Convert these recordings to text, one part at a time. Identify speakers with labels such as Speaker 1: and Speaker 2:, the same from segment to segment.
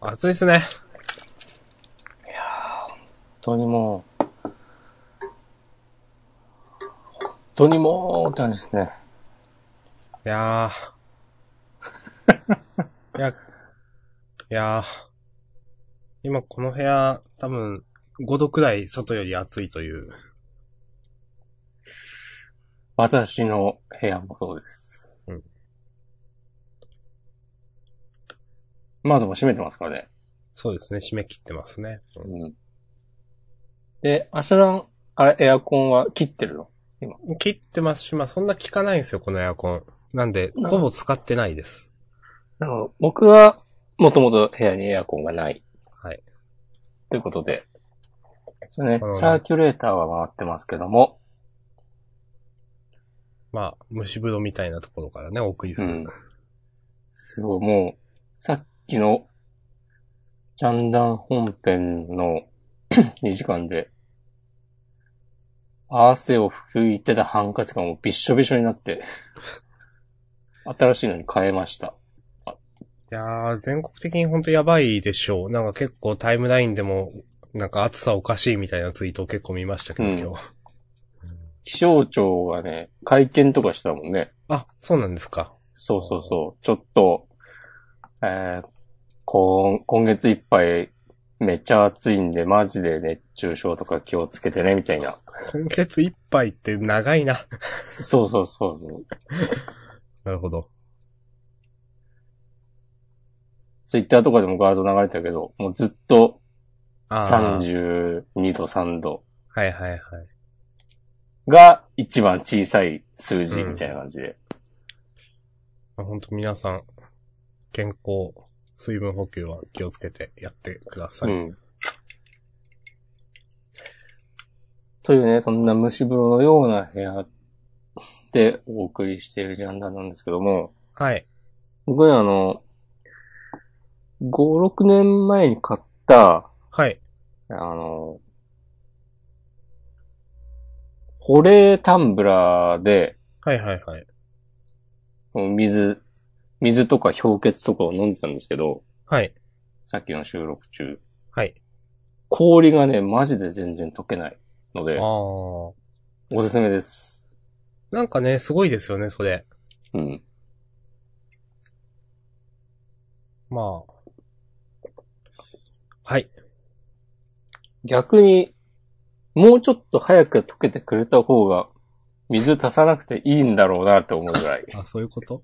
Speaker 1: 暑いっすね。
Speaker 2: 本当にもう、本当にもうって感じですね。
Speaker 1: いやー。いや、いやー。今この部屋、多分、5度くらい外より暑いという。
Speaker 2: 私の部屋もそうです。
Speaker 1: うん
Speaker 2: 窓も閉めてますからね。
Speaker 1: そうですね、締め切ってますね。
Speaker 2: うん。で、アシャラン、あれ、エアコンは切ってるの
Speaker 1: 切ってますし、まあそんな効かないんですよ、このエアコン。なんで、ほぼ使ってないです。
Speaker 2: なるほど。僕は、もともと部屋にエアコンがない。
Speaker 1: はい。
Speaker 2: ということで。そうね
Speaker 1: なるほ、ど
Speaker 2: サーキュレーターは回ってますけども、
Speaker 1: まあ、蒸し風呂みたいなところからね、お送りする。
Speaker 2: うんすごい、もう、さっきの、ジャンダン本編の 2時間で、汗を拭いてたハンカチがもうびっしょびしょになって、新しいのに変えました。
Speaker 1: いやー、全国的にほんとやばいでしょう。なんか結構タイムラインでも、なんか暑さおかしいみたいなツイートを結構見ましたけど、
Speaker 2: うん
Speaker 1: 今日。
Speaker 2: 気象庁がね、会見とかしてたもんね。
Speaker 1: あ、そうなんですか。
Speaker 2: そうそうそう。ちょっと、えー、こん今月いっぱいめっちゃ暑いんで、マジで熱中症とか気をつけてね、みたいな。
Speaker 1: 今月いっぱいって長いな。
Speaker 2: そうそうそうそう。
Speaker 1: なるほど。
Speaker 2: ツイッターとかでもガード流れてたけど、もうずっと
Speaker 1: あー。
Speaker 2: 32度、3度
Speaker 1: はいはいはい。
Speaker 2: が一番小さい数字みたいな感じで。
Speaker 1: まあ、ほんと皆さん、健康、水分補給は気をつけてやってくだ
Speaker 2: う
Speaker 1: さい。
Speaker 2: ん。というね、そんな蒸し風呂のような部屋でお送りしているジャンダンなんですけども、
Speaker 1: はい。
Speaker 2: 僕ね、あの、5、6年前に買った、
Speaker 1: はい。
Speaker 2: あの、保冷タンブラーで、
Speaker 1: はいはいはい。
Speaker 2: 水、水とか氷結とかを飲んでたんですけど、
Speaker 1: はい。
Speaker 2: さっきの収録中。
Speaker 1: はい。
Speaker 2: 氷がね、マジで全然溶けないので
Speaker 1: あ、ー。
Speaker 2: おすすめです。
Speaker 1: なんかね、すごいですよね、それ。
Speaker 2: うん。
Speaker 1: まあ。はい。
Speaker 2: 逆に、もうちょっと早く溶けてくれた方が、水足さなくていいんだろうなって思うぐらい。
Speaker 1: あ、そういうこと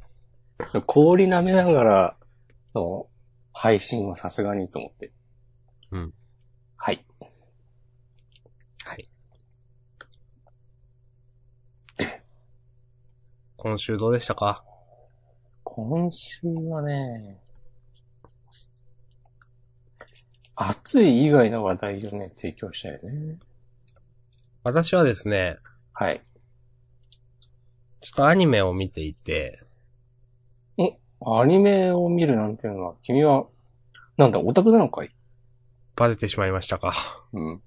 Speaker 2: 氷舐めながらの配信はさすがにと思って。
Speaker 1: うん。
Speaker 2: はい。
Speaker 1: 今週どうでしたか
Speaker 2: 今週はね、暑い以外の話題をね、提供したいよね。
Speaker 1: 私はですね、
Speaker 2: はい。
Speaker 1: ちょっとアニメを見ていて、
Speaker 2: アニメを見るなんていうのは、君は、なんだ、オタクなのかい
Speaker 1: バレてしまいましたか。
Speaker 2: うん。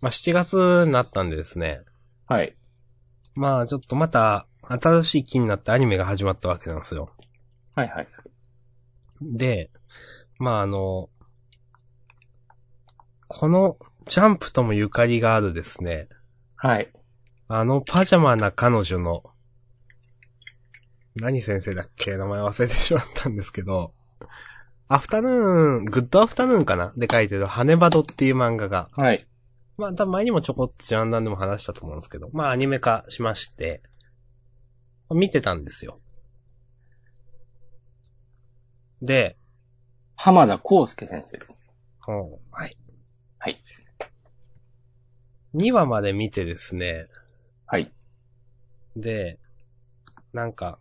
Speaker 1: まあ、7月になったんでですね。
Speaker 2: はい。
Speaker 1: まあ、ちょっとまた、新しい期になってアニメが始まったわけなんですよ。
Speaker 2: はいはい。
Speaker 1: で、まあ、あの、この、ジャンプともゆかりがあるですね。
Speaker 2: はい。
Speaker 1: あの、パジャマな彼女の、何先生だっけ名前忘れてしまったんですけど、アフタヌーン、グッドアフタヌーンかなで書いてる、ハネバドっていう漫画が、
Speaker 2: はい。
Speaker 1: まあ、多分前にもちょこっとジャンダンでも話したと思うんですけど、まあ、アニメ化しまして、見てたんですよ。で、
Speaker 2: 浜田康介先生です。
Speaker 1: はい。
Speaker 2: はい。
Speaker 1: 2話まで見てですね、
Speaker 2: はい。
Speaker 1: で、なんか、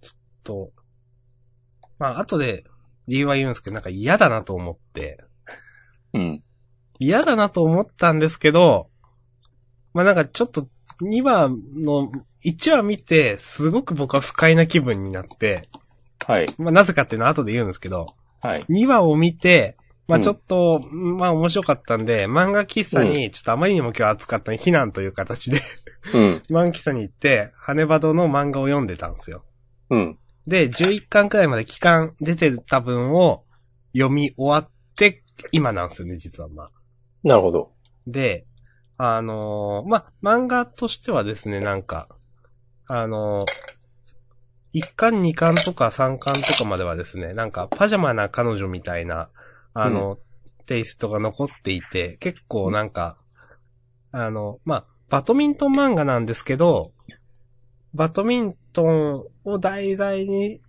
Speaker 1: ちょっと、まあ、後で理由は言うんですけど、なんか嫌だなと思って、
Speaker 2: うん。
Speaker 1: 嫌だなと思ったんですけど、まあ、なんかちょっと2話の、1話見て、すごく僕は不快な気分になって、
Speaker 2: はい。
Speaker 1: まあ、なぜかっていうのは後で言うんですけど、
Speaker 2: はい。
Speaker 1: 2話を見て、まあ
Speaker 2: うん
Speaker 1: ちょっと、まあ面白かったんで、漫画喫茶に、ちょっとあまりにも今日暑かったんで、避難という形で、
Speaker 2: うん。
Speaker 1: 漫画喫茶に行って、羽バドの漫画を読んでたんですよ。
Speaker 2: うん。
Speaker 1: で、11巻くらいまで期間出てた分を読み終わって、今なんですよね、実はまあ。
Speaker 2: なるほど。
Speaker 1: で、あのーまあ、漫画としてはですね、なんか、あのー、1巻、2巻とか3巻とかまではですね、なんか、パジャマな彼女みたいな、あの、テイストが残っていて、結構なんか、あの、まあ、バドミントン漫画なんですけど、バドミントンを題材に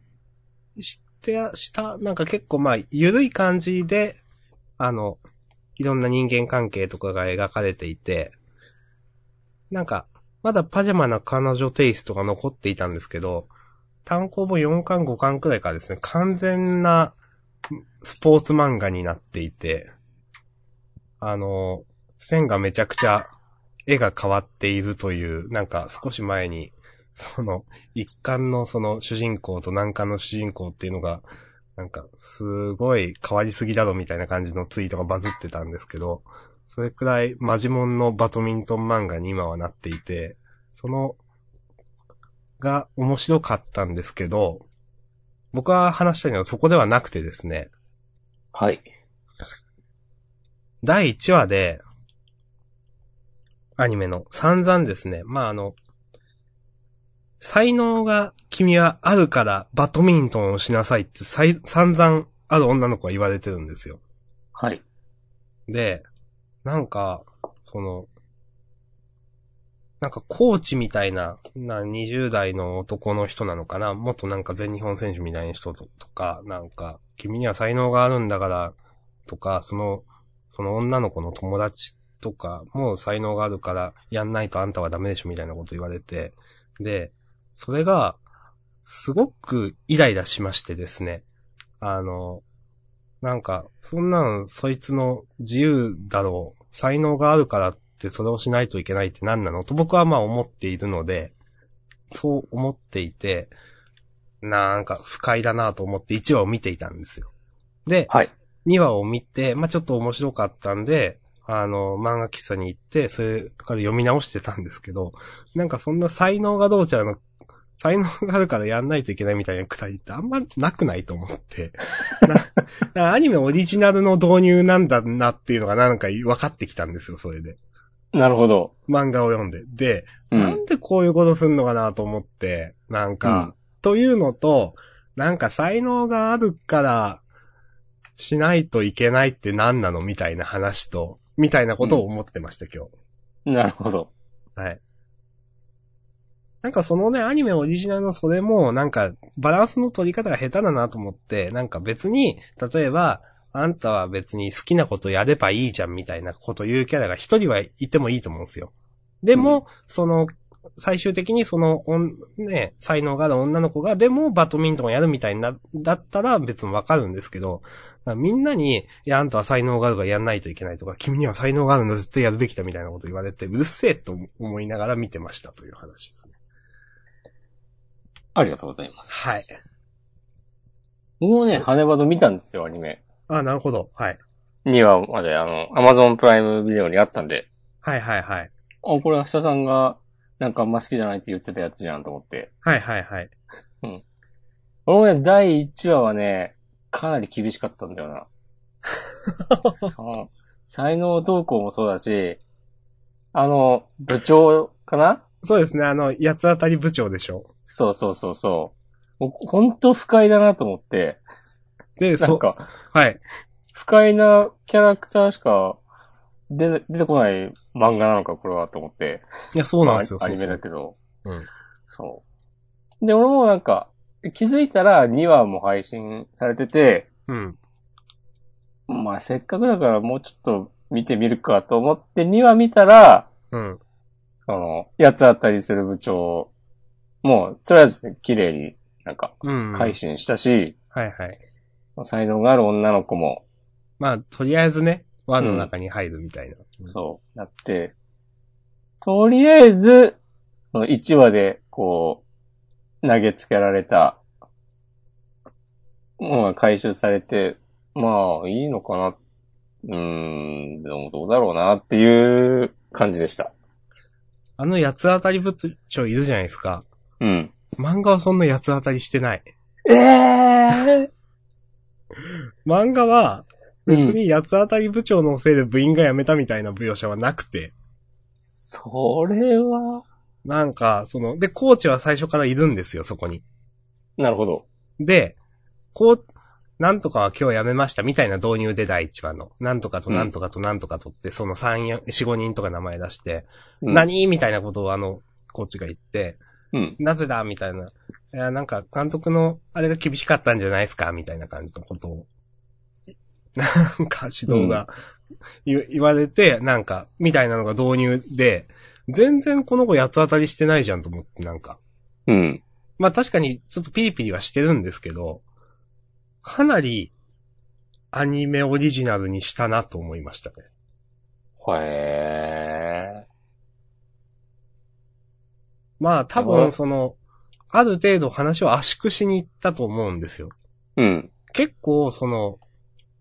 Speaker 1: して、した、なんか結構まあ、ゆるい感じで、あの、いろんな人間関係とかが描かれていて、なんか、まだパジャマな彼女テイストが残っていたんですけど、単行本4巻5巻くらいからですね、完全なスポーツ漫画になっていて、あの、線がめちゃくちゃ絵が変わっているという、なんか少し前に、その、一巻のその主人公と難関の主人公っていうのが、なんか、すごい変わりすぎだろみたいな感じのツイートがバズってたんですけど、それくらいマジモンのバドミントン漫画に今はなっていて、その、が面白かったんですけど、僕は話したいのはそこではなくてですね、
Speaker 2: はい。
Speaker 1: 第1話で、アニメの散々ですね、まあ、あの、才能が君はあるからバドミントンをしなさいってさい散々ある女の子は言われてるんですよ。
Speaker 2: はい。
Speaker 1: で、なんか、その、なんかコーチみたいな、な、20代の男の人なのかなもっとなんか全日本選手みたいな人ととか、なんか、君には才能があるんだから、とか、その、その女の子の友達とか、もう才能があるから、やんないとあんたはダメでしょみたいなこと言われて、で、それが、すごくイライラしましてですね。あの、なんか、そんなん、そいつの自由だろう。才能があるからってそれをしないといけないって何なのと僕はまあ思っているので、そう思っていて、なんか不快だなと思って1話を見ていたんですよ。で、
Speaker 2: はい。
Speaker 1: 2話を見て、まあちょっと面白かったんで、あの、漫画喫茶に行って、それから読み直してたんですけど、なんかそんな才能がどうちゃらの、才能があるからやんないといけないみたいなくだりってあんまなくないと思って。 なアニメオリジナルの導入なんだなっていうのがなんか分かってきたんですよ、それで。
Speaker 2: なるほど。
Speaker 1: 漫画を読んで。で、
Speaker 2: う。
Speaker 1: なんんでこういうことすんのかなと思って、なんか、
Speaker 2: うん
Speaker 1: というのと、なんか才能があるから、しないといけないって何なのみたいな話と、みたいなことを思ってました、今
Speaker 2: なるほど。
Speaker 1: 日。はい。なんかそのね、アニメオリジナルのそれも、なんか、バランスの取り方が下手だなと思って、なんか別に、例えば、あんたは別に好きなことやればいいじゃんみたいなこと言うキャラが一人はいてもいいと思うんですよ。でも、その、最終的にその、おんね、才能がある女の子が、でもバドミントンをやるみたいにな、だったら別にわかるんですけど、だからみんなに、いや、あんたは才能があるからやんないといけないとか、君には才能があるんだ、絶対やるべきだみたいなこと言われて、うるせえと思いながら見てましたという話ですね。
Speaker 2: ありがとうございます。
Speaker 1: はい。
Speaker 2: 僕もね、羽バド見たんですよ、アニメ。
Speaker 1: あ、なるほど。はい。
Speaker 2: 2話まで、あの、アマゾンプライムビデオにあったんで、
Speaker 1: はいはいはい。
Speaker 2: あ、これ、明日さんが、なんかあんま好きじゃないって言ってたやつじゃんと思って。
Speaker 1: はいはいはい。
Speaker 2: 俺もね、第1話はね、かなり厳しかったんだよ な。その才能動向もそうだし、あの、部長かな
Speaker 1: そうですね、あの、八つ当たり部長でしょ。
Speaker 2: そうそうそうそう。もうほんと不快だなと思って、
Speaker 1: で、
Speaker 2: な
Speaker 1: そ
Speaker 2: ん
Speaker 1: う、
Speaker 2: か、
Speaker 1: はい。
Speaker 2: 不快なキャラクターしか出出てこない漫画なのか、これはと思って。
Speaker 1: いや、そうなんですよ、
Speaker 2: まあ
Speaker 1: そう
Speaker 2: アニ
Speaker 1: そ
Speaker 2: メだ
Speaker 1: う。
Speaker 2: けど。
Speaker 1: うん
Speaker 2: そう。で、俺もなんか、気づいたら2話も配信されてて、
Speaker 1: うん。
Speaker 2: まあせっかくだからもうちょっと見てみるかと思って2話見たら、
Speaker 1: うん。
Speaker 2: その、八つ当たりする部長、もう、とりあえず綺麗になんか、
Speaker 1: うん。
Speaker 2: 改心したし、
Speaker 1: はいはい。
Speaker 2: 才能がある女の子も、
Speaker 1: まあ、とりあえずね、輪の中に入るみたいな。
Speaker 2: そう、なって、とりあえず、その1話で、こう、投げつけられた、ものが回収されて、まあ、いいのかな。うーん、でもどうだろうな、っていう感じでした。
Speaker 1: あの八つ当たり部長いるじゃないですか。
Speaker 2: うん。
Speaker 1: 漫画はそんな八つ当たりしてない。
Speaker 2: ええ
Speaker 1: 漫画は、
Speaker 2: う
Speaker 1: 別
Speaker 2: ん
Speaker 1: に八つ当たり部長のせいで部員が辞めたみたいな描写はなくて、
Speaker 2: それは、
Speaker 1: なんか、その、で、コーチは最初からいるんですよ、そこに。
Speaker 2: なるほど。
Speaker 1: で、こう、なんとかは今日辞めましたみたいな導入で第1話の。なんとかと
Speaker 2: うん
Speaker 1: なんとかとなんとかとって、その3、4、5人とか名前出して、
Speaker 2: うん
Speaker 1: 何みたいなことをあの、コーチが言って、
Speaker 2: うん。
Speaker 1: なぜだみたいな。いや、なんか、監督の、あれが厳しかったんじゃないですかみたいな感じのことを。なんか、指導が、言言われて、なんか、みたいなのが導入で、全然この子八つ当たりしてないじゃんと思って、なんか。
Speaker 2: うん。
Speaker 1: まあ確かに、ちょっとピリピリはしてるんですけど、かなり、アニメオリジナルにしたなと思いましたね。
Speaker 2: へえ。
Speaker 1: まあ多
Speaker 2: やば
Speaker 1: 分、その、ある程度話を圧縮しに行ったと思うんですよ。
Speaker 2: うん。
Speaker 1: 結構、その、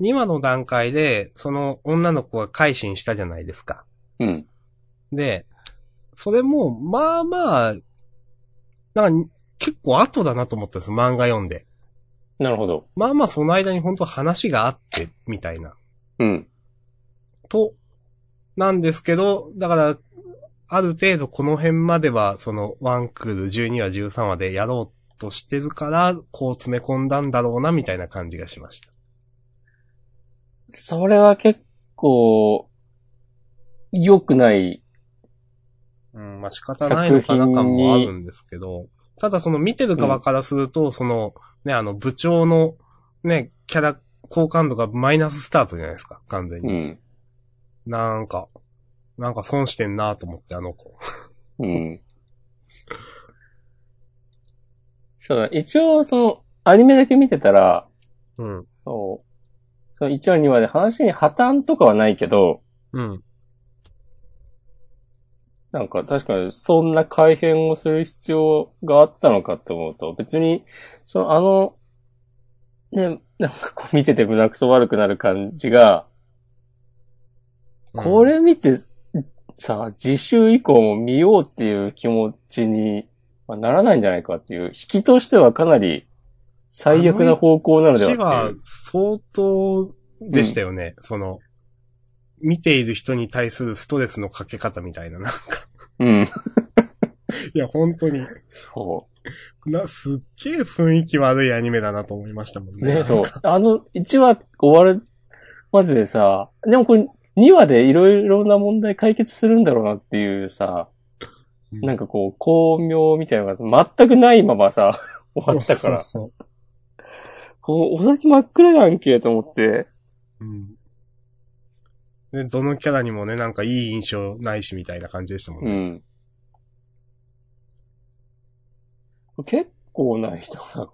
Speaker 1: 2話の段階で、その女の子が改心したじゃないですか。
Speaker 2: うん。
Speaker 1: で、それも、まあまあ、なんか、結構後だなと思ったんです漫画読んで。
Speaker 2: なるほど。
Speaker 1: まあまあ、その間に本当話があって、みたいな。
Speaker 2: うん。
Speaker 1: と、なんですけど、だから、ある程度この辺までは、その、ワンクール12話、13話でやろうとしてるから、こう詰め込んだんだろうな、みたいな感じがしました。
Speaker 2: それは結構、良くない。
Speaker 1: うん、まあ仕方ないのかな感もあるんですけど、ただその見てる側からすると、その、ね、あの、部長の、ね、キャラ、好感度がマイナススタートじゃないですか、完全
Speaker 2: う
Speaker 1: に。
Speaker 2: ん。
Speaker 1: なんか、なんか損してんなと思って、あの子。
Speaker 2: うん。そうだ、一応、その、アニメだけ見てたら、
Speaker 1: うん。
Speaker 2: そう、その1話2話で話に破綻とかはないけど、
Speaker 1: うん。
Speaker 2: なんか確かにそんな改変をする必要があったのかって思うと、別に、その、あの、ね、なんかこう見てて胸くそ悪くなる感じが、これ見て、さあ、次週以降も見ようっていう気持ちにまあならないんじゃないかっていう、引きとしてはかなり最悪な方向なので
Speaker 1: 死
Speaker 2: はっ
Speaker 1: は
Speaker 2: ていう。
Speaker 1: 相当でしたよね、その、見ている人に対するストレスのかけ方みたいな、 なんか。
Speaker 2: うん。
Speaker 1: いや、本当に、
Speaker 2: そ
Speaker 1: な、すっげえ雰囲気悪いアニメだなと思いましたもん
Speaker 2: う。
Speaker 1: ね。
Speaker 2: ね、そう。あの、1話終わるまででさ、でもこれ2話でいろいろな問題解決するんだろうなっていうさ、
Speaker 1: うん
Speaker 2: なんかこう、巧妙みたいなのが全くないままさ、 終わったから、
Speaker 1: そうそうそう
Speaker 2: こう、お先真っ暗やんけと思って、
Speaker 1: うん。で、どのキャラにもね、なんかいい印象ないしみたいな感じでしたもん
Speaker 2: う
Speaker 1: ね。
Speaker 2: ん。結構な人が、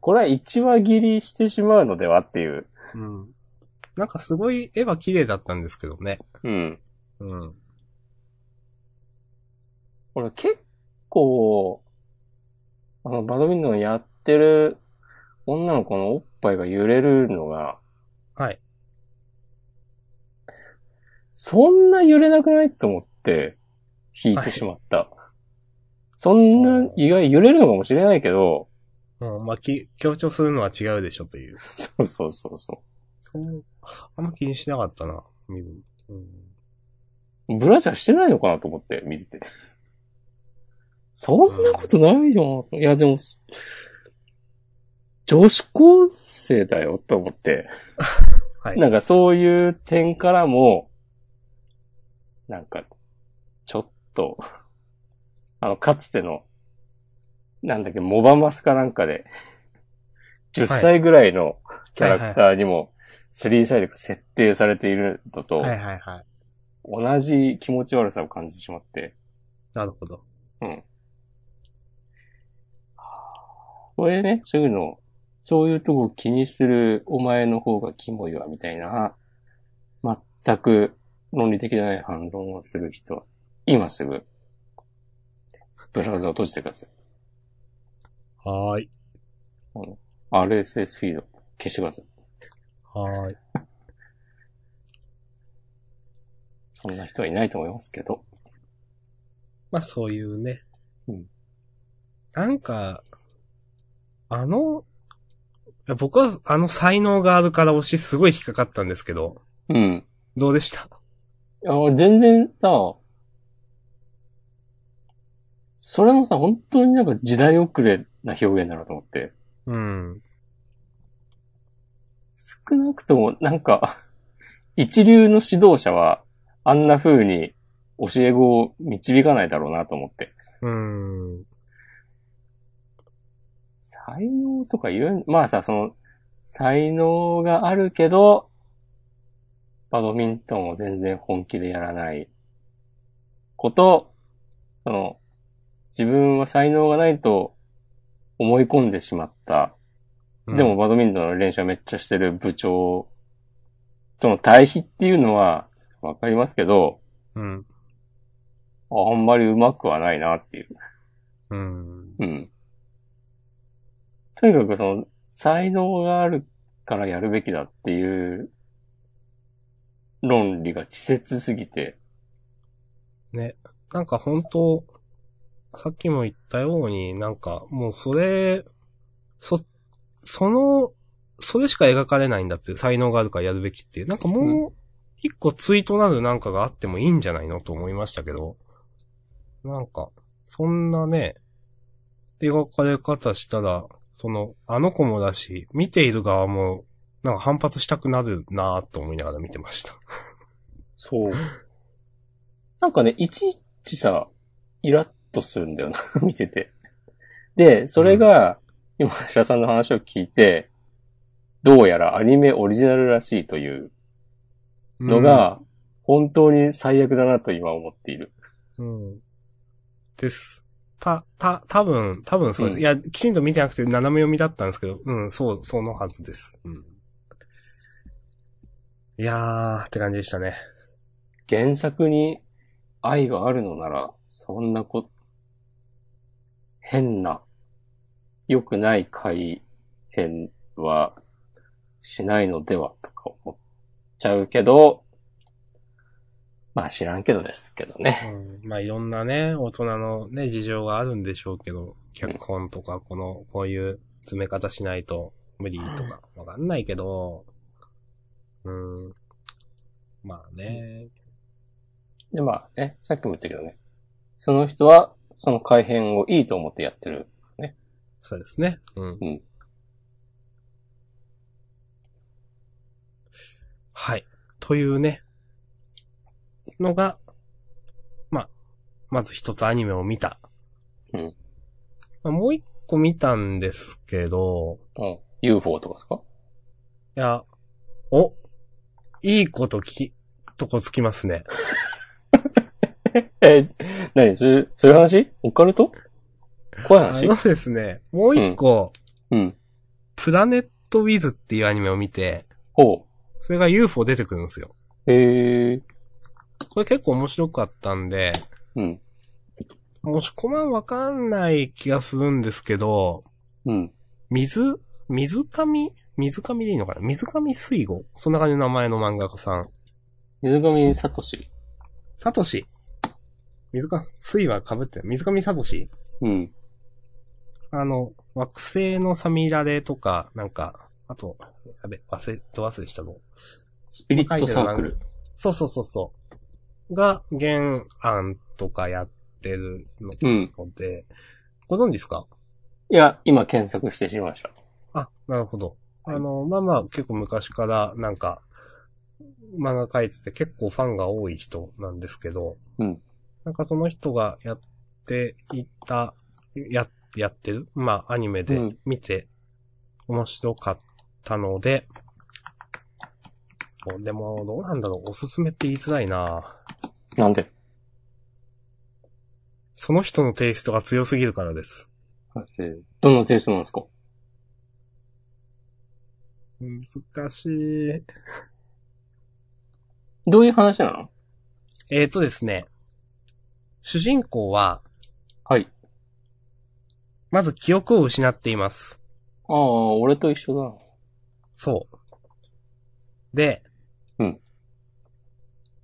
Speaker 2: これは一話切りしてしまうのではっていう。
Speaker 1: うん。なんかすごい絵は綺麗だったんですけどね。
Speaker 2: うん。
Speaker 1: うん。
Speaker 2: 俺結構、あの、バドミントンやってる女の子のおっぱいが揺れるのが、
Speaker 1: はい。
Speaker 2: そんな揺れなくないと思って、引いてしまった。そんな、意外揺れるのかもしれないけど、
Speaker 1: うん、まあ、き、強調するのは違うでしょという。
Speaker 2: そうそうそうそ
Speaker 1: そう。あんま気にしなかったな、見る。うん。
Speaker 2: う。ブラジャーしてないのかなと思って、見てて。そんなことないよな。いや、でも、女子高生だよと思って。
Speaker 1: はい。
Speaker 2: なんかそういう点からも、なんか、ちょっと、あの、かつての、なんだっけ、モバマスかなんかで、10歳ぐらいのキャラクターにも、3サイドが設定されているのと、
Speaker 1: はいはいはい。
Speaker 2: 同じ気持ち悪さを感じてしまって、
Speaker 1: なるほど。
Speaker 2: これね、そういうの、そういうとこ気にするお前の方がキモいわ、みたいな、全く論理的じゃない反論をする人は、今すぐ、ブラウザを閉じてください。
Speaker 1: はーい。
Speaker 2: RSS フィード消してください。
Speaker 1: はーい。
Speaker 2: そんな人はいないと思いますけど。
Speaker 1: まあ、そういうね。
Speaker 2: うん
Speaker 1: なんか、あの、や僕はあの才能があるから推しすごい引っかかったんですけど、
Speaker 2: うん。
Speaker 1: どうでした
Speaker 2: いや、俺全然さ、それもさ、本当になんか時代遅れな表現だなと思って。
Speaker 1: うん。
Speaker 2: 少なくともなんか、 一流の指導者はあんな風に教え子を導かないだろうなと思って。
Speaker 1: うん。
Speaker 2: 才能とかいろいろ、まあさ、その、才能があるけど、バドミントンを全然本気でやらないこと、その、自分は才能がないと思い込んでしまった。でも、バドミントンの練習はめっちゃしてる部長との対比っていうのはわかりますけど、
Speaker 1: うん。
Speaker 2: あんまり上手くはないなっていう。
Speaker 1: うん。
Speaker 2: うん。とにかくその、才能があるからやるべきだっていう論理が稚拙すぎて、
Speaker 1: なんか本当、さっきも言ったように、なんかもうそれ、そ、その、それしか描かれないんだっていう、才能があるからやるべきっていう。なんかもう、一個ツイートなるなんかがあってもいいんじゃないのと思いましたけど。なんか、そんなね、描かれ方したら、その、あの子もだし、見ている側も、なんか反発したくなるなぁと思いながら見てました。
Speaker 2: そう。なんかね、いちいちさ、イラッとするんだよな、 見てて。で、それが、今、橋田さんの話を聞いて、どうやらアニメオリジナルらしいというのが、本当に最悪だなと今思っている。
Speaker 1: うん。です。た、た、多分多分そうです、
Speaker 2: うん
Speaker 1: いや、きちんと見てなくて斜め読みだったんですけど、うん、そう、そのはずです。うん。いやー、って感じでしたね。
Speaker 2: 原作に愛があるのなら、そんなこ、変な、良くない改変はしないのではとか思っちゃうけど、まあ知らんけどですけどね。
Speaker 1: うん。まあ、いろんなね、大人のね、事情があるんでしょうけど、脚本とか、この、こういう詰め方しないと無理とか、わかんないけど、うん。まあね、
Speaker 2: でまあね、さっきも言ったけどね。その人は、その改変をいいと思ってやってる。
Speaker 1: そうですね。うん。
Speaker 2: うん
Speaker 1: はい。というね、のが、まあ、まず一つアニメを見た。
Speaker 2: うん
Speaker 1: まあもう一個見たんですけど、
Speaker 2: うん。UFO とかですか
Speaker 1: いや、お、いいことき、とこつきますね。
Speaker 2: え、何そういう、そういう話オカルト怖い
Speaker 1: あ
Speaker 2: 話
Speaker 1: のですね、もう一個、
Speaker 2: うん。
Speaker 1: プラネットウィズっていうアニメを見て、
Speaker 2: ほ
Speaker 1: それが UFO 出てくるんですよ。
Speaker 2: う。へえ。
Speaker 1: これ結構面白かったんで、
Speaker 2: うん。
Speaker 1: もしこまんわかんない気がするんですけど、
Speaker 2: うん。
Speaker 1: 水、水上水上でいいのかな水上水後そんな感じの名前の漫画家さん。
Speaker 2: 水上さとし。
Speaker 1: サトシ。水上、水は被ってる。水上サトシ
Speaker 2: うん。
Speaker 1: あの、惑星のサミラレとか、なんか、あと、やべ、忘れ、ど忘れしたの。
Speaker 2: スピリットサークル。
Speaker 1: そうそうそうそう。が、原案とかやってるの
Speaker 2: うん。
Speaker 1: で、ご存知ですか
Speaker 2: いや、今検索してしまいました。
Speaker 1: あ、なるほど。
Speaker 2: はい
Speaker 1: あの、まあまあ、結構昔から、なんか、漫画描いてて結構ファンが多い人なんですけど、
Speaker 2: うん
Speaker 1: なんかその人がやっていた、や、やってるまあ、アニメで
Speaker 2: うん
Speaker 1: 見て、面白かったので、こうでも、どうなんだろう、おすすめって言いづらいな
Speaker 2: なんで
Speaker 1: その人のテイストが強すぎるからです。
Speaker 2: えーどんなテイストなんですか
Speaker 1: 難しい。
Speaker 2: どういう話なの
Speaker 1: えーとですね、主人公は、
Speaker 2: はい。
Speaker 1: まず記憶を失っています。
Speaker 2: ああ、俺と一緒だな。
Speaker 1: そう。で、
Speaker 2: うん。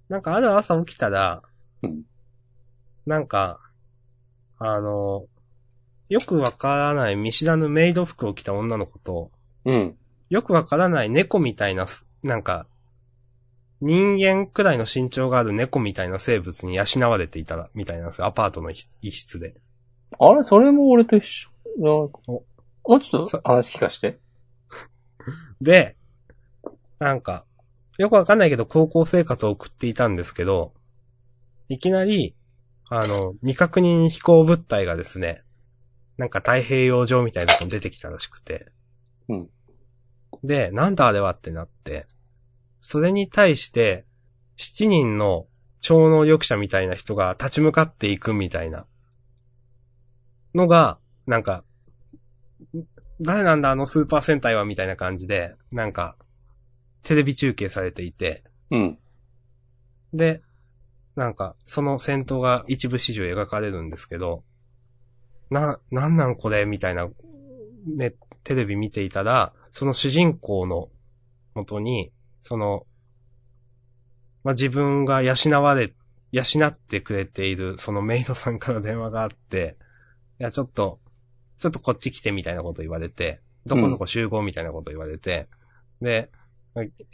Speaker 1: なんかある朝起きたら、
Speaker 2: うん
Speaker 1: なんか、あの、よくわからない見知らぬメイド服を着た女の子と、
Speaker 2: うん。
Speaker 1: よくわからない猫みたいなす、なんか、人間くらいの身長がある猫みたいな生物に養われていたら、みたいなんですよ。アパートの一室一室で。
Speaker 2: あれそれも俺と一緒。なんか
Speaker 1: お
Speaker 2: あ、ちょっ
Speaker 1: さ
Speaker 2: と話聞かして。
Speaker 1: で、なんか、よくわかんないけど高校生活を送っていたんですけど、いきなり、あの、未確認飛行物体がですね、なんか太平洋上みたいなとこに出てきたらしくて。
Speaker 2: うん
Speaker 1: で、なんだあれはってなって、それに対して、7人の超能力者みたいな人が立ち向かっていくみたいなのが、なんか、誰なんだあのスーパー戦隊はみたいな感じで、なんか、テレビ中継されていて、
Speaker 2: うん。
Speaker 1: で、なんか、その戦闘が一部始終描かれるんですけど、な、なんなんこれみたいな、ね、テレビ見ていたら、その主人公の元に、その、まあ、自分が養われ、養ってくれている、そのメイドさんから電話があって、いや、ちょっと、ちょっとこっち来てみたいなこと言われて、どこどこ集合みたいなこと言われて、で、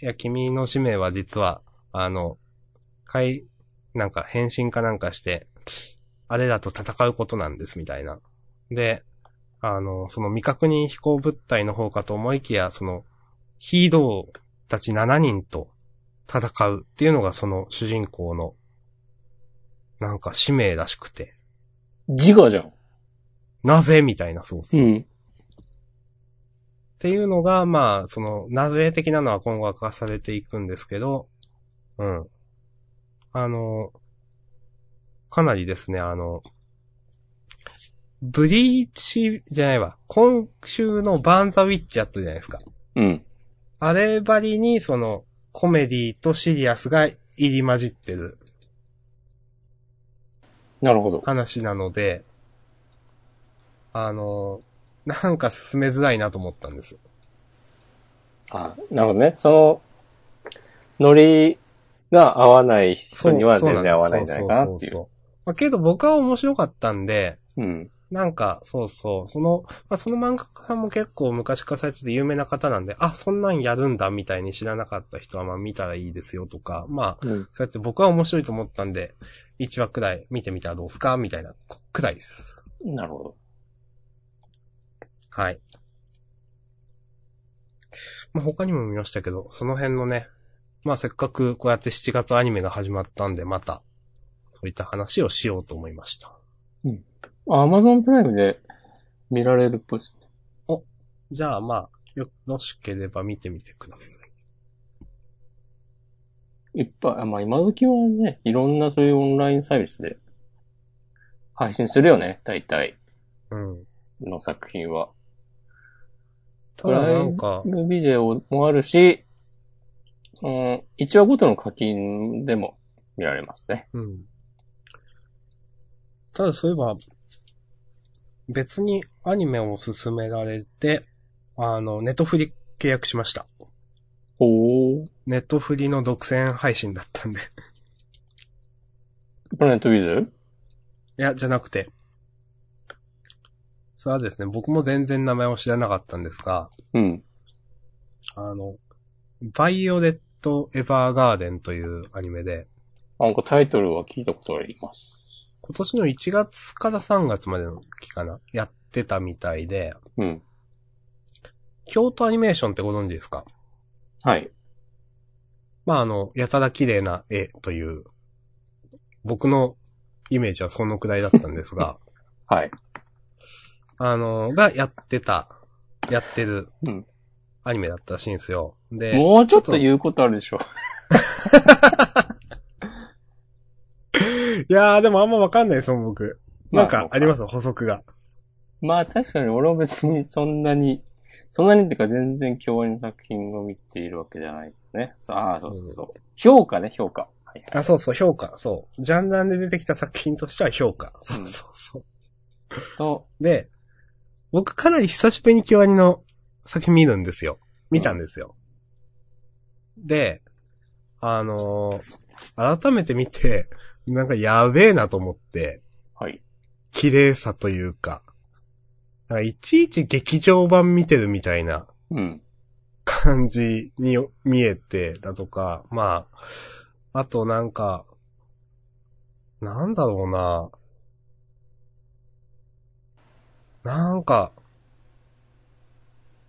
Speaker 1: いや、君の使命は実は、あの、かい、なんか変身かなんかして、あれだと戦うことなんですみたいな。で、あの、その未確認飛行物体の方かと思いきや、その、ヒーローたち7人と戦うっていうのがその主人公の、なんか使命らしくて、
Speaker 2: 自我じゃん。
Speaker 1: なぜみたいなそうそう。
Speaker 2: ん。
Speaker 1: っていうのが、まあ、その、なぜ的なのは今後明かされていくんですけど、うん。あの、かなりですね、あの、ブリーチじゃないわ、今週のバーンザウィッチあったじゃないですか。
Speaker 2: うん。
Speaker 1: あればりに、その、コメディとシリアスが入り混じってる
Speaker 2: なるほど。
Speaker 1: 話なので、あの、なんか進めづらいなと思ったんです。
Speaker 2: あ、なるほどね。その、ノリが合わない人には
Speaker 1: そう
Speaker 2: 全然合わないんじゃないかなって
Speaker 1: そ
Speaker 2: い
Speaker 1: うそうそう
Speaker 2: う。
Speaker 1: そうまあ、けど僕は面白かったんで、
Speaker 2: うん。
Speaker 1: なんか、そうそう、その、まあ、その漫画家さんも結構昔からされてて有名な方なんで、あ、そんなんやるんだみたいに知らなかった人はまあ見たらいいですよとか、まあ、
Speaker 2: うん。
Speaker 1: そうやって僕は面白いと思ったんで、1話くらい見てみたらどうすかみたいな、こくらいです。
Speaker 2: なるほど。
Speaker 1: はい。まあ、他にも見ましたけど、その辺のね、まあ、せっかくこうやって7月アニメが始まったんで、また、そういった話をしようと思いました。
Speaker 2: アマゾンプライムで見られるっぽいですね。
Speaker 1: じゃあ、まあ、よろしければ見てみてください。
Speaker 2: いっぱい、あまあ今時はね、いろんなそういうオンラインサービスで配信するよね、大体
Speaker 1: うん。
Speaker 2: の作品は。
Speaker 1: ただなんか、
Speaker 2: ライブビデオもあるし、うん、1話ごとの課金でも見られますね。
Speaker 1: うん。ただそういえば、別にアニメを勧められて、あの、ネットフリ契約しました。
Speaker 2: ほー。
Speaker 1: ネットフリの独占配信だったんで。
Speaker 2: プラネットウィズ
Speaker 1: いや、じゃなくて。さあですね、僕も全然名前を知らなかったんですが、
Speaker 2: うん。
Speaker 1: あの、バイオレット・エヴァーガーデンというアニメで、
Speaker 2: なんかタイトルは聞いたことがあります。
Speaker 1: 今年の1月から3月までの期かな、やってたみたいで、
Speaker 2: うん。
Speaker 1: 京都アニメーションってご存知ですか
Speaker 2: はい。
Speaker 1: まあ、あの、やたら綺麗な絵という、僕のイメージはそのくらいだったんですが、
Speaker 2: はい。
Speaker 1: あの、がやってた、やってる
Speaker 2: うん、
Speaker 1: アニメだったらしいんですよ。で、
Speaker 2: もうちょっと言うことあるでしょ。。
Speaker 1: いやー、でもあんまわかんないですもん、僕。なんかありますす、補足が。
Speaker 2: まあ確かに俺は別にそんなに、そんなにっていうか全然共演の作品を見ているわけじゃないね。そうああ、そうそうそう。評価ね、評価。はいはい
Speaker 1: あ、そうそう、評価、そう。ジャンダンで出てきた作品としては評価。そうそうそう。
Speaker 2: と、
Speaker 1: で、僕かなり久しぶりに京アニの作品見るんですよ。見たんですよ。で、あのー改めて見て、なんかやべえなと思って、
Speaker 2: はい。
Speaker 1: 綺麗さというか、なんかいちいち劇場版見てるみたいな
Speaker 2: うん。
Speaker 1: 感じに見えてだとか、まあ、あとなんか、なんだろうな。なんか、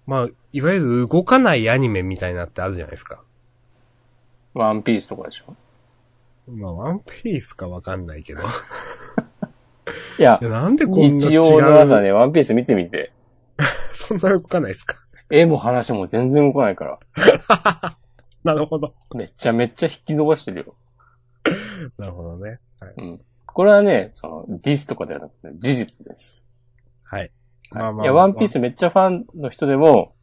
Speaker 1: まあ、いわゆる動かないアニメみたいなってあるじゃないですか。
Speaker 2: ワンピースとかでしょ
Speaker 1: まあ、ワンピースかわかんないけ ど。い
Speaker 2: いや、
Speaker 1: や、なんでこんな
Speaker 2: 日
Speaker 1: 違
Speaker 2: 曜の朝
Speaker 1: う、
Speaker 2: ね、ワンピース見てみて。
Speaker 1: そんな動かないですか。
Speaker 2: 絵も話も全然動かないから。
Speaker 1: なるほど。
Speaker 2: めっちゃめっちゃ引き伸ばしてるよ。
Speaker 1: なるほどね。はい。
Speaker 2: うん。これはね、その、ディスとかではなくて、事実です。
Speaker 1: はい。
Speaker 2: はい
Speaker 1: まあまあ
Speaker 2: いや、ワンピースめっちゃファンの人でも、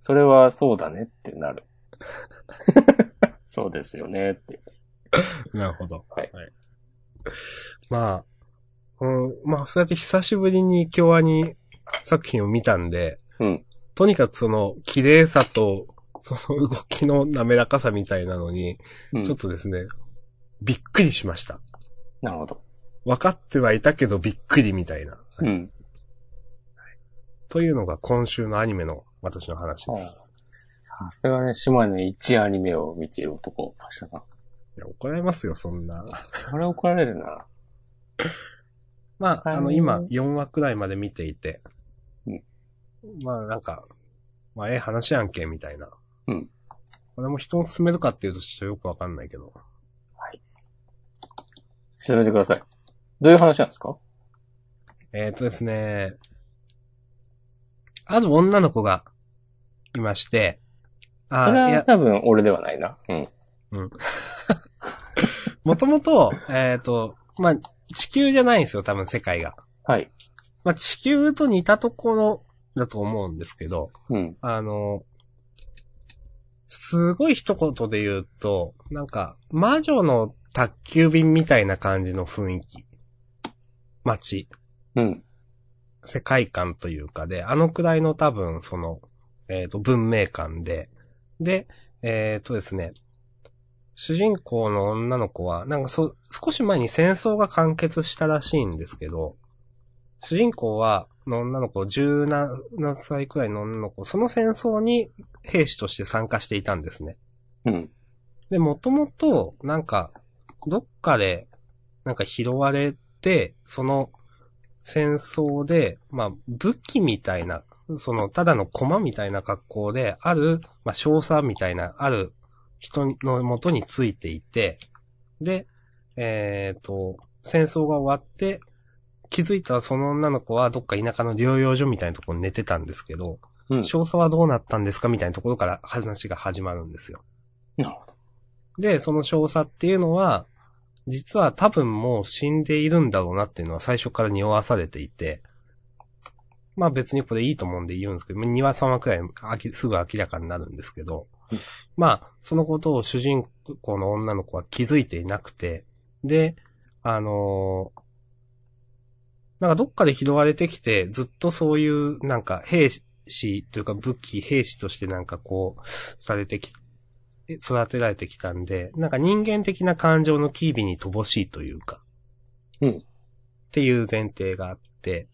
Speaker 2: それはそうだねって なる。そうですよねっていう。
Speaker 1: なるほど。
Speaker 2: はい
Speaker 1: まあ、うん、まあ、そうやって久しぶりに京アニ作品を見たんで、
Speaker 2: うん
Speaker 1: とにかくその、綺麗さと、その動きの滑らかさみたいなのに、
Speaker 2: うん
Speaker 1: ちょっとですね、びっくりしました。
Speaker 2: なるほど。
Speaker 1: 分かってはいたけどびっくりみたいな。はい
Speaker 2: うん。
Speaker 1: というのが今週のアニメの私の話です。
Speaker 2: さすがね、島根一アニメを見ている男、橋田さん。
Speaker 1: いや、怒られますよ、そんな。
Speaker 2: それ怒られるな。
Speaker 1: まあ、
Speaker 2: はい
Speaker 1: あの、今、4話くらいまで見ていて
Speaker 2: うん。
Speaker 1: まあ、なんか、まあ、ええ話やんけ、みたいな。
Speaker 2: うん。
Speaker 1: これも人を勧めるかっていうと、ちょっとよくわかんないけど。
Speaker 2: 進めてください。どういう話なんですか
Speaker 1: えっ、ー、とですね、ある女の子が、いまして、あ
Speaker 2: それ
Speaker 1: ー、い
Speaker 2: は
Speaker 1: や、
Speaker 2: 多分俺ではないな。うん。
Speaker 1: もともと、えっ、と、まあ、地球じゃないんですよ、多分世界が。
Speaker 2: はい。
Speaker 1: まあ、地球と似たところだと思うんですけど、
Speaker 2: うん。
Speaker 1: あの、すごい一言で言うと、なんか、魔女の宅急便みたいな感じの雰囲気。街、
Speaker 2: うん。
Speaker 1: 世界観というかで、あのくらいの多分、その、えっ、と、文明観で。で、えっ、とですね、主人公の女の子は、なんかそ、少し前に戦争が完結したらしいんですけど、主人公は、の女の子、17歳くらいの女の子、その戦争に兵士として参加していたんですね。
Speaker 2: うん。
Speaker 1: で、もともと、なんか、どっかで、なんか拾われて、その戦争で、まあ、武器みたいな、その、ただの駒みたいな格好で、ある、まあ、少佐みたいな、ある人の元についていて、で、えっ、と、戦争が終わって、気づいたらその女の子はどっか田舎の療養所みたいなところに寝てたんですけど、
Speaker 2: うん。
Speaker 1: 少佐はどうなったんですかみたいなところから話が始まるんですよ。
Speaker 2: なるほど。
Speaker 1: で、その少佐っていうのは、実は多分もう死んでいるんだろうなっていうのは最初から匂わされていて、まあ別にこれいいと思うんで言うんですけど、2話3話くらいあきすぐ明らかになるんですけど、まあ、そのことを主人公の女の子は気づいていなくて、で、あのーなんかどっかで拾われてきて、ずっとそういうなんか兵士というか武器兵士としてなんかこう、されてき育てられてきたんで、なんか人間的な感情の機微に乏しいというか。
Speaker 2: うん
Speaker 1: っていう前提があって、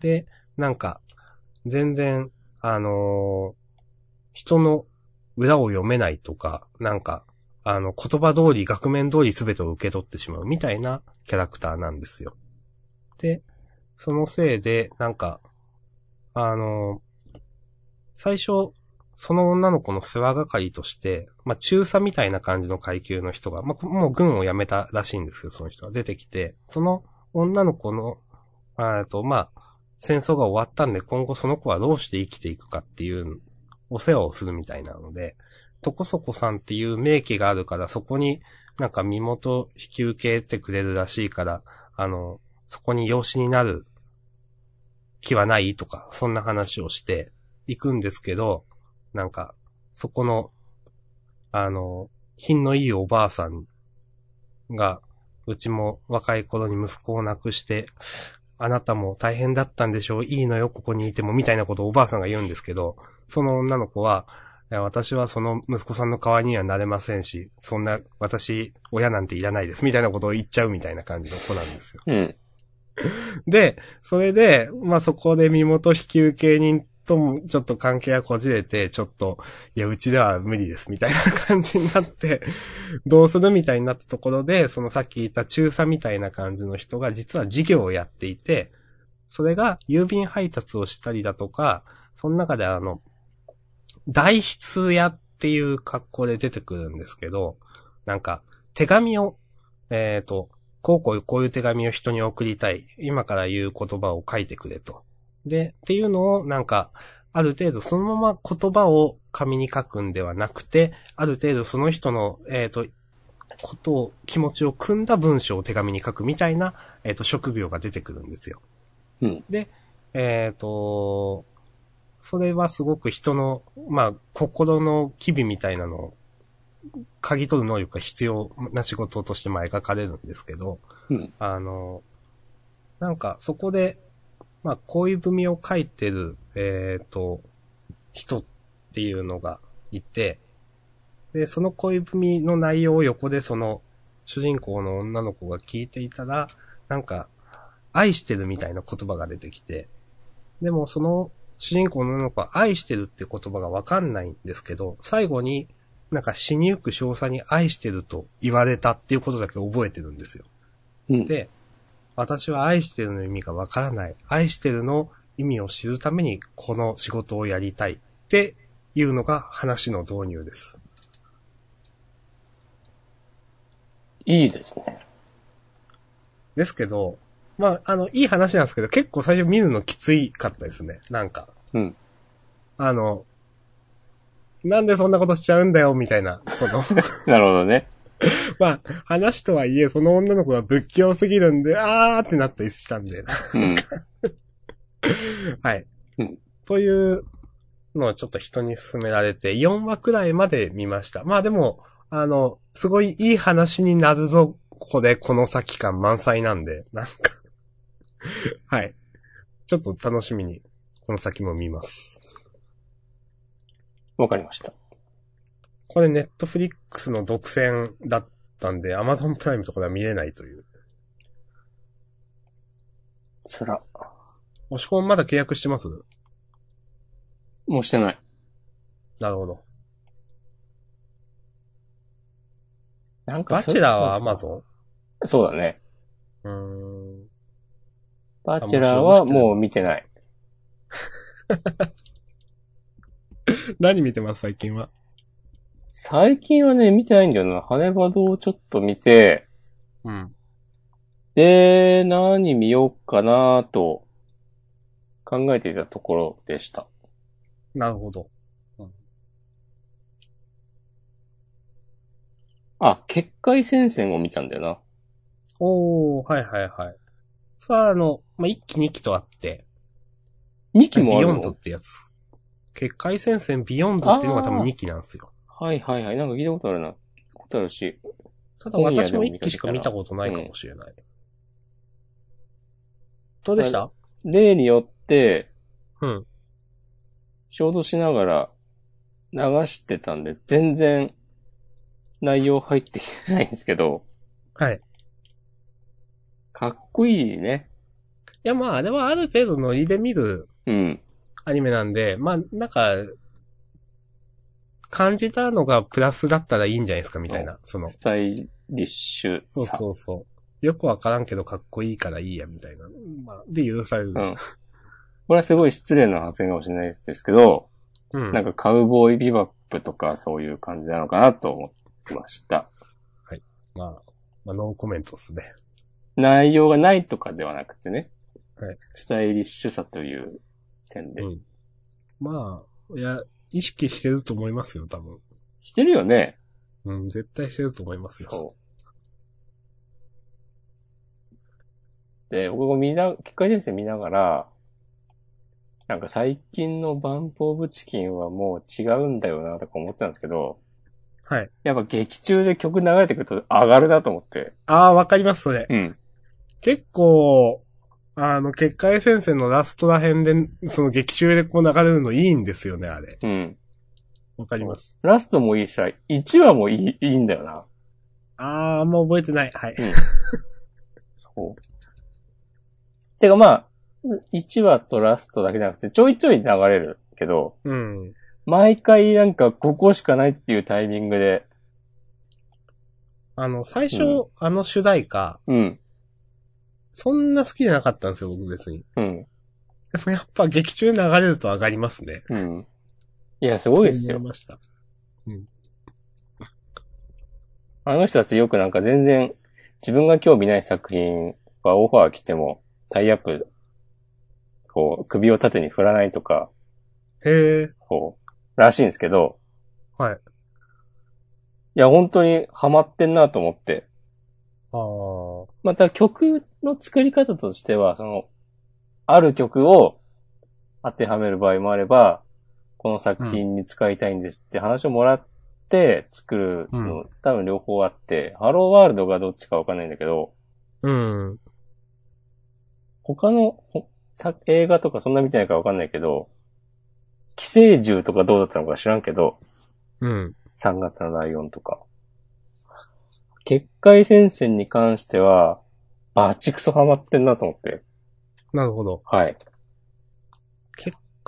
Speaker 1: で、なんか、全然、あのー人の裏を読めないとか、なんか、あの、言葉通り、額面通り全てを受け取ってしまうみたいなキャラクターなんですよ。で、そのせいで、なんか、あのー最初、その女の子の世話係として、まあ、中佐みたいな感じの階級の人が、まあ、もう軍を辞めたらしいんですよ、その人が出てきて、その女の子の、あーと、まあ、戦争が終わったんで、今後その子はどうして生きていくかっていう、お世話をするみたいなので、とこそこさんっていう名家があるから、そこになんか身元引き受けてくれるらしいから、あの、そこに養子になる気はないとか、そんな話をしていくんですけど、なんか、そこの、あの、品のいいおばあさんが、うちも若い頃に息子を亡くして、あなたも大変だったんでしょういいのよ、ここにいても、みたいなことをおばあさんが言うんですけど、その女の子は、いや私はその息子さんの代わりにはなれませんし、そんな、私、親なんていらないです、みたいなことを言っちゃうみたいな感じの子なんですよ。
Speaker 2: うん。
Speaker 1: で、それで、まあ、そこで身元引受人と、ちょっと関係がこじれて、ちょっと、いや、うちでは無理です、みたいな感じになって、 どうするみたいになったところで、そのさっき言った中佐みたいな感じの人が、実は事業をやっていて、それが郵便配達をしたりだとか、その中であの、代筆屋っていう格好で出てくるんですけど、なんか、手紙を、えっ、と、こうこうこういう手紙を人に送りたい。今から言う言葉を書いてくれと。で、っていうのをなんか、ある程度そのまま言葉を紙に書くんではなくて、ある程度その人の、えっ、と、ことを、気持ちを組んだ文章を手紙に書くみたいな、えっ、と、職業が出てくるんですよ。
Speaker 2: うん。
Speaker 1: で、えっ、と、それはすごく人の、まあ、心の機微みたいなのを、嗅ぎ取る能力が必要な仕事としてまあ描かれるんですけど、
Speaker 2: うん。
Speaker 1: あの、なんかそこで、まあ恋文を書いてる、えっ、と、人っていうのがいて、で、その恋文の内容を横でその主人公の女の子が聞いていたら、なんか、愛してるみたいな言葉が出てきて、でもその主人公の女の子は愛してるって言葉がわかんないんですけど、最後になんか死にゆく少佐に愛してると言われたっていうことだけ覚えてるんですよ。
Speaker 2: うん。
Speaker 1: で、私は愛してるの意味がわからない。愛してるの意味を知るためにこの仕事をやりたいっていうのが話の導入です。
Speaker 2: いいですね。
Speaker 1: ですけど、まあ、あの、いい話なんですけど、結構最初見るのきついかったですね。なんか。
Speaker 2: うん。
Speaker 1: あの、なんでそんなことしちゃうんだよ、みたいな。その、
Speaker 2: なるほどね。
Speaker 1: まあ、話とはいえ、その女の子が仏教すぎるんで、あーってなったりしたんで、
Speaker 2: うん。
Speaker 1: はい。
Speaker 2: うん
Speaker 1: というのをちょっと人に勧められて、4話くらいまで見ました。まあでも、あの、すごいいい話になるぞ、ここで、この先感満載なんで、なんか、 はい。ちょっと楽しみに、この先も見ます。
Speaker 2: わかりました。
Speaker 1: これ、ネットフリックスの独占だったんで、アマゾンプライムとかでは見れないという。
Speaker 2: そら、
Speaker 1: 押し込みまだ契約してます
Speaker 2: もうしてない。
Speaker 1: なるほど。
Speaker 2: なんか
Speaker 1: バ
Speaker 2: そ
Speaker 1: チェ
Speaker 2: れ
Speaker 1: ラーはアマゾン
Speaker 2: そうだね。
Speaker 1: うーん。
Speaker 2: バチェラーはもう見てない。
Speaker 1: 何見てます最近は。
Speaker 2: 最近はね、見てないんだよな。ハネバドをちょっと見て、
Speaker 1: うん。
Speaker 2: で、何見ようかなと考えていたところでした。
Speaker 1: なるほど。
Speaker 2: あ、結界戦線を見たんだよな。
Speaker 1: おー、はいはいはい。さあ、あの、まあ、1期2期とあって、
Speaker 2: 2期
Speaker 1: ビ
Speaker 2: もある
Speaker 1: ヨンドっ
Speaker 2: の
Speaker 1: てやつ。結界戦線ビヨンドっていうのが多分
Speaker 2: あー
Speaker 1: 2期なんですよ。
Speaker 2: はいはいはい。なんか聞いたことあるな。聞いたことあるし。
Speaker 1: ただ
Speaker 2: 本屋
Speaker 1: 私
Speaker 2: で
Speaker 1: も
Speaker 2: も
Speaker 1: 1期しか見たことないかもしれない。どうでした
Speaker 2: 例によって、
Speaker 1: うん。
Speaker 2: ちょうどしながら流してたんで、全然内容入ってきてないんですけど、
Speaker 1: はい。
Speaker 2: かっこいいね。
Speaker 1: いや、まあ、あれはある程度ノリで見る
Speaker 2: うん。
Speaker 1: アニメなんで、まあ、なんか、感じたのがプラスだったらいいんじゃないですか、みたいな。その、
Speaker 2: スタイリッシュさ。
Speaker 1: そうそうそう。よくわからんけどかっこいいからいいや、みたいな。まあ、で許される。
Speaker 2: うんこれはすごい失礼な発言かもしれないですけど、
Speaker 1: うん
Speaker 2: なんかカウボーイビバップとかそういう感じなのかなと思ってました。
Speaker 1: まあ、まあ、ノーコメントっすね。
Speaker 2: 内容がないとかではなくてね。
Speaker 1: はい
Speaker 2: スタイリッシュさという点で。
Speaker 1: うん。 まあ、いや、意識してると思いますよ、多分。
Speaker 2: してるよね。
Speaker 1: うん、絶対してると思いますよ。
Speaker 2: そう。で、僕も見な、機械先生見ながら、なんか最近のバンプオブチキンはもう違うんだよなとか思ってたんですけど、
Speaker 1: はい。
Speaker 2: やっぱ劇中で曲流れてくると上がるなと思って。
Speaker 1: ああ、わかります、それ。
Speaker 2: うん。
Speaker 1: 結構、あの、結界戦線のラストら辺で、その劇中でこう流れるのいいんですよね、あれ。
Speaker 2: うん。
Speaker 1: わかります。
Speaker 2: ラストもいいしさ、1話もいい、いいんだよな。
Speaker 1: ああー、あんま覚えてない。はい。
Speaker 2: そう。てかまあ、 1話とラストだけじゃなくて、ちょいちょい流れるけど、
Speaker 1: うん。
Speaker 2: 毎回なんかここしかないっていうタイミングで、
Speaker 1: あの、最初、
Speaker 2: うん
Speaker 1: あの主題歌、
Speaker 2: うん、
Speaker 1: そんな好きじゃなかったんですよ、僕別に。
Speaker 2: うん、
Speaker 1: でもやっぱ劇中流れると上がりますね。
Speaker 2: うん。いや、すごいです
Speaker 1: 思
Speaker 2: よ
Speaker 1: い。ました。
Speaker 2: あの人たちよくなんか全然自分が興味ない作品がオファー来てもタイアップ、こう、首を縦に振らないとか、
Speaker 1: へえ。
Speaker 2: こう、らしいんですけど。
Speaker 1: はい
Speaker 2: いや、本当にハマってんなと思って。
Speaker 1: ああ。
Speaker 2: また曲の作り方としては、その、ある曲を当てはめる場合もあれば、この作品に使いたいんですって話をもらって作るの、
Speaker 1: う
Speaker 2: 多分両方あって、ハローワールドがどっちかわかんないんだけど、
Speaker 1: うん。
Speaker 2: 他のほさ映画とかそんな見てないからわかんないけど、寄生獣とかどうだったのか知らんけど、
Speaker 1: うん。
Speaker 2: 3月のライオンとか。結界戦線に関しては、バチクソハマってんなと思って。
Speaker 1: なるほど。
Speaker 2: はい。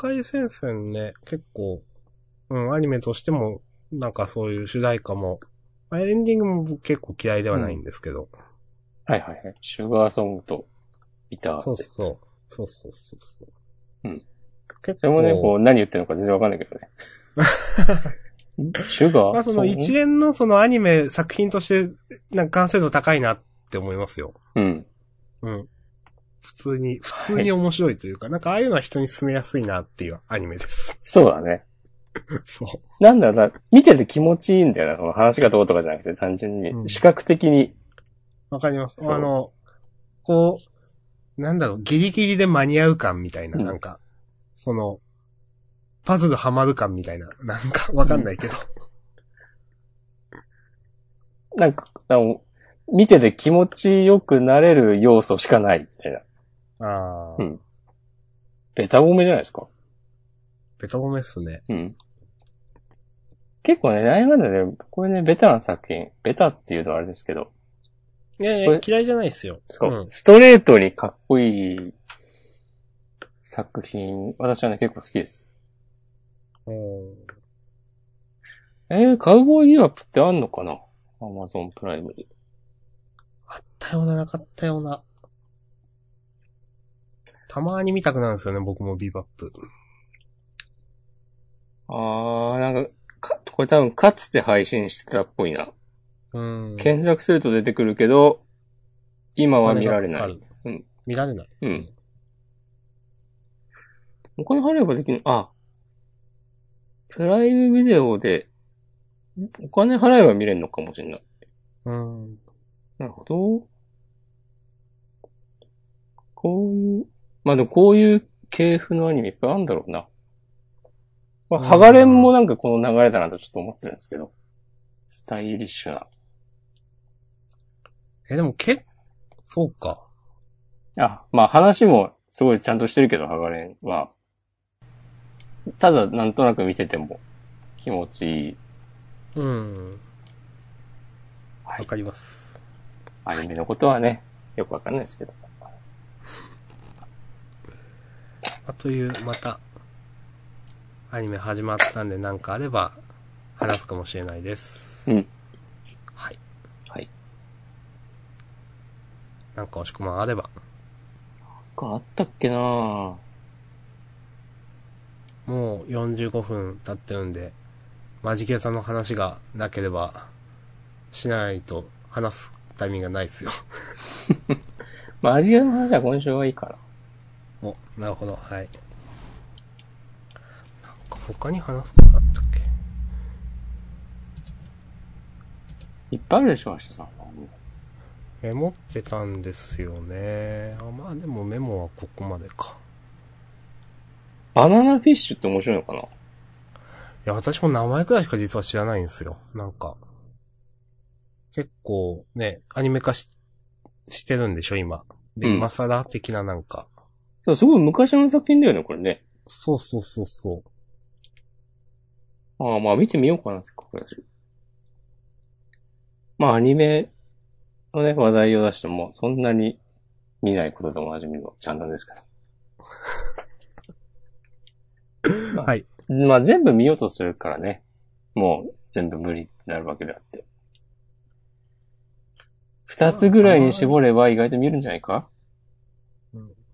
Speaker 1: 海戦線ね、結構、うん、アニメとしても、なんかそういう主題歌も、まあエンディングも僕結構嫌いではないんですけど。
Speaker 2: はいはいはい。シュガーソングとビター
Speaker 1: そう
Speaker 2: ステ。
Speaker 1: そう。そうそうそうそう。
Speaker 2: うん。
Speaker 1: 結
Speaker 2: それもね、こう何言ってるのか全然わかんない けどね。シュガー
Speaker 1: まあその一連のそのアニメ作品として、なんか完成度高いなって思いますよ。
Speaker 2: うん。
Speaker 1: うん。普通に、普通に面白いというか、なんかああいうのは人に勧めやすいなっていうアニメです。
Speaker 2: そうだね。
Speaker 1: そう。
Speaker 2: なんだろうな、見てて気持ちいいんだよな、その話がどうとかじゃなくて、単純
Speaker 1: う
Speaker 2: に。
Speaker 1: ん
Speaker 2: 視覚的に。
Speaker 1: わかります。
Speaker 2: そう
Speaker 1: あの、こう、なんだろう、ギリギリで間に合う感みたいな、
Speaker 2: うん
Speaker 1: なんか、その、パズルハマる感みたいな、 なんかわかんないけど。
Speaker 2: なんか、あの見てて気持ちよくなれる要素しかない、みたいな。
Speaker 1: あ
Speaker 2: う
Speaker 1: あ
Speaker 2: ん、ベタ褒めじゃないですか。
Speaker 1: ベタ褒めっすね。
Speaker 2: うん。結構ね、何やかんだで、これね、ベタな作品。ベタっていうのはあれですけど、
Speaker 1: いやい
Speaker 2: こ
Speaker 1: や
Speaker 2: れ、
Speaker 1: 嫌いじゃないっすよ。
Speaker 2: そう、
Speaker 1: ん。
Speaker 2: ストレートにかっこいい作品、私はね、結構好きです。
Speaker 1: うん
Speaker 2: えー、カウボーイギブアップってあんのかなアマゾンプライムで。
Speaker 1: あったような、なかったような。たまに見たくなるんですよね、僕もビバップ。
Speaker 2: あー、なんか、か、これ多分かつて配信してたっぽいな。
Speaker 1: うん。
Speaker 2: 検索すると出てくるけど、今は見られな
Speaker 1: お金
Speaker 2: い
Speaker 1: が。かか
Speaker 2: う
Speaker 1: る
Speaker 2: ん
Speaker 1: 見られない。
Speaker 2: うん。お金払えばできる、あ、プライムビデオで、お金払えば見れるのかもしれない。
Speaker 1: うん。
Speaker 2: なるほど。こういう、まあでもこういう系譜のアニメいっぱいあるんだろうな。まあ、
Speaker 1: うん
Speaker 2: ハガレンもなんかこの流れだなとちょっと思ってるんですけど。スタイリッシュな。
Speaker 1: え、でも、け、そうか。
Speaker 2: あ、まあ話もすごいちゃんとしてるけど、ハガレンは。ただなんとなく見てても気持ちいい
Speaker 1: うん。
Speaker 2: は
Speaker 1: わ
Speaker 2: い
Speaker 1: かります。
Speaker 2: アニメのことはね、よくわかんないですけど。
Speaker 1: あという、また、アニメ始まったんで、なんかあれば、話すかもしれないです。
Speaker 2: うん。
Speaker 1: はい。
Speaker 2: はい。
Speaker 1: なんか押し込まんあれば。
Speaker 2: あったっけなぁ。
Speaker 1: もう45分経ってるんで、マジケンさんの話がなければ、しないと話すタイミングがないですよ。
Speaker 2: まあ、アジアの話は今週はいいかな。
Speaker 1: お、なるほど、はい。なんか他に話すことあったっけ
Speaker 2: いっぱいあるでしょ、明日さん。
Speaker 1: メモってたんですよね。あまあでもメモはここまでか。
Speaker 2: バナナフィッシュって面白いのかない
Speaker 1: や、私も名前くらいしか実は知らないんですよ。なんか。結構ね、アニメ化ししてるんでしょ、今。で、
Speaker 2: うん
Speaker 1: 今更的ななんか。
Speaker 2: そう、すごい昔の作品だよね、これね。
Speaker 1: そうそうそうそう。
Speaker 2: ああ、まあ見てみようかな、せっかくだし。まあ、アニメのね、話題を出しても、そんなに見ないことでもおなじみのジャンルですけど。
Speaker 1: はい。
Speaker 2: まあ全部見ようとするからね。もう全部無理ってなるわけであって。二つぐらいに絞れば意外と見るんじゃないか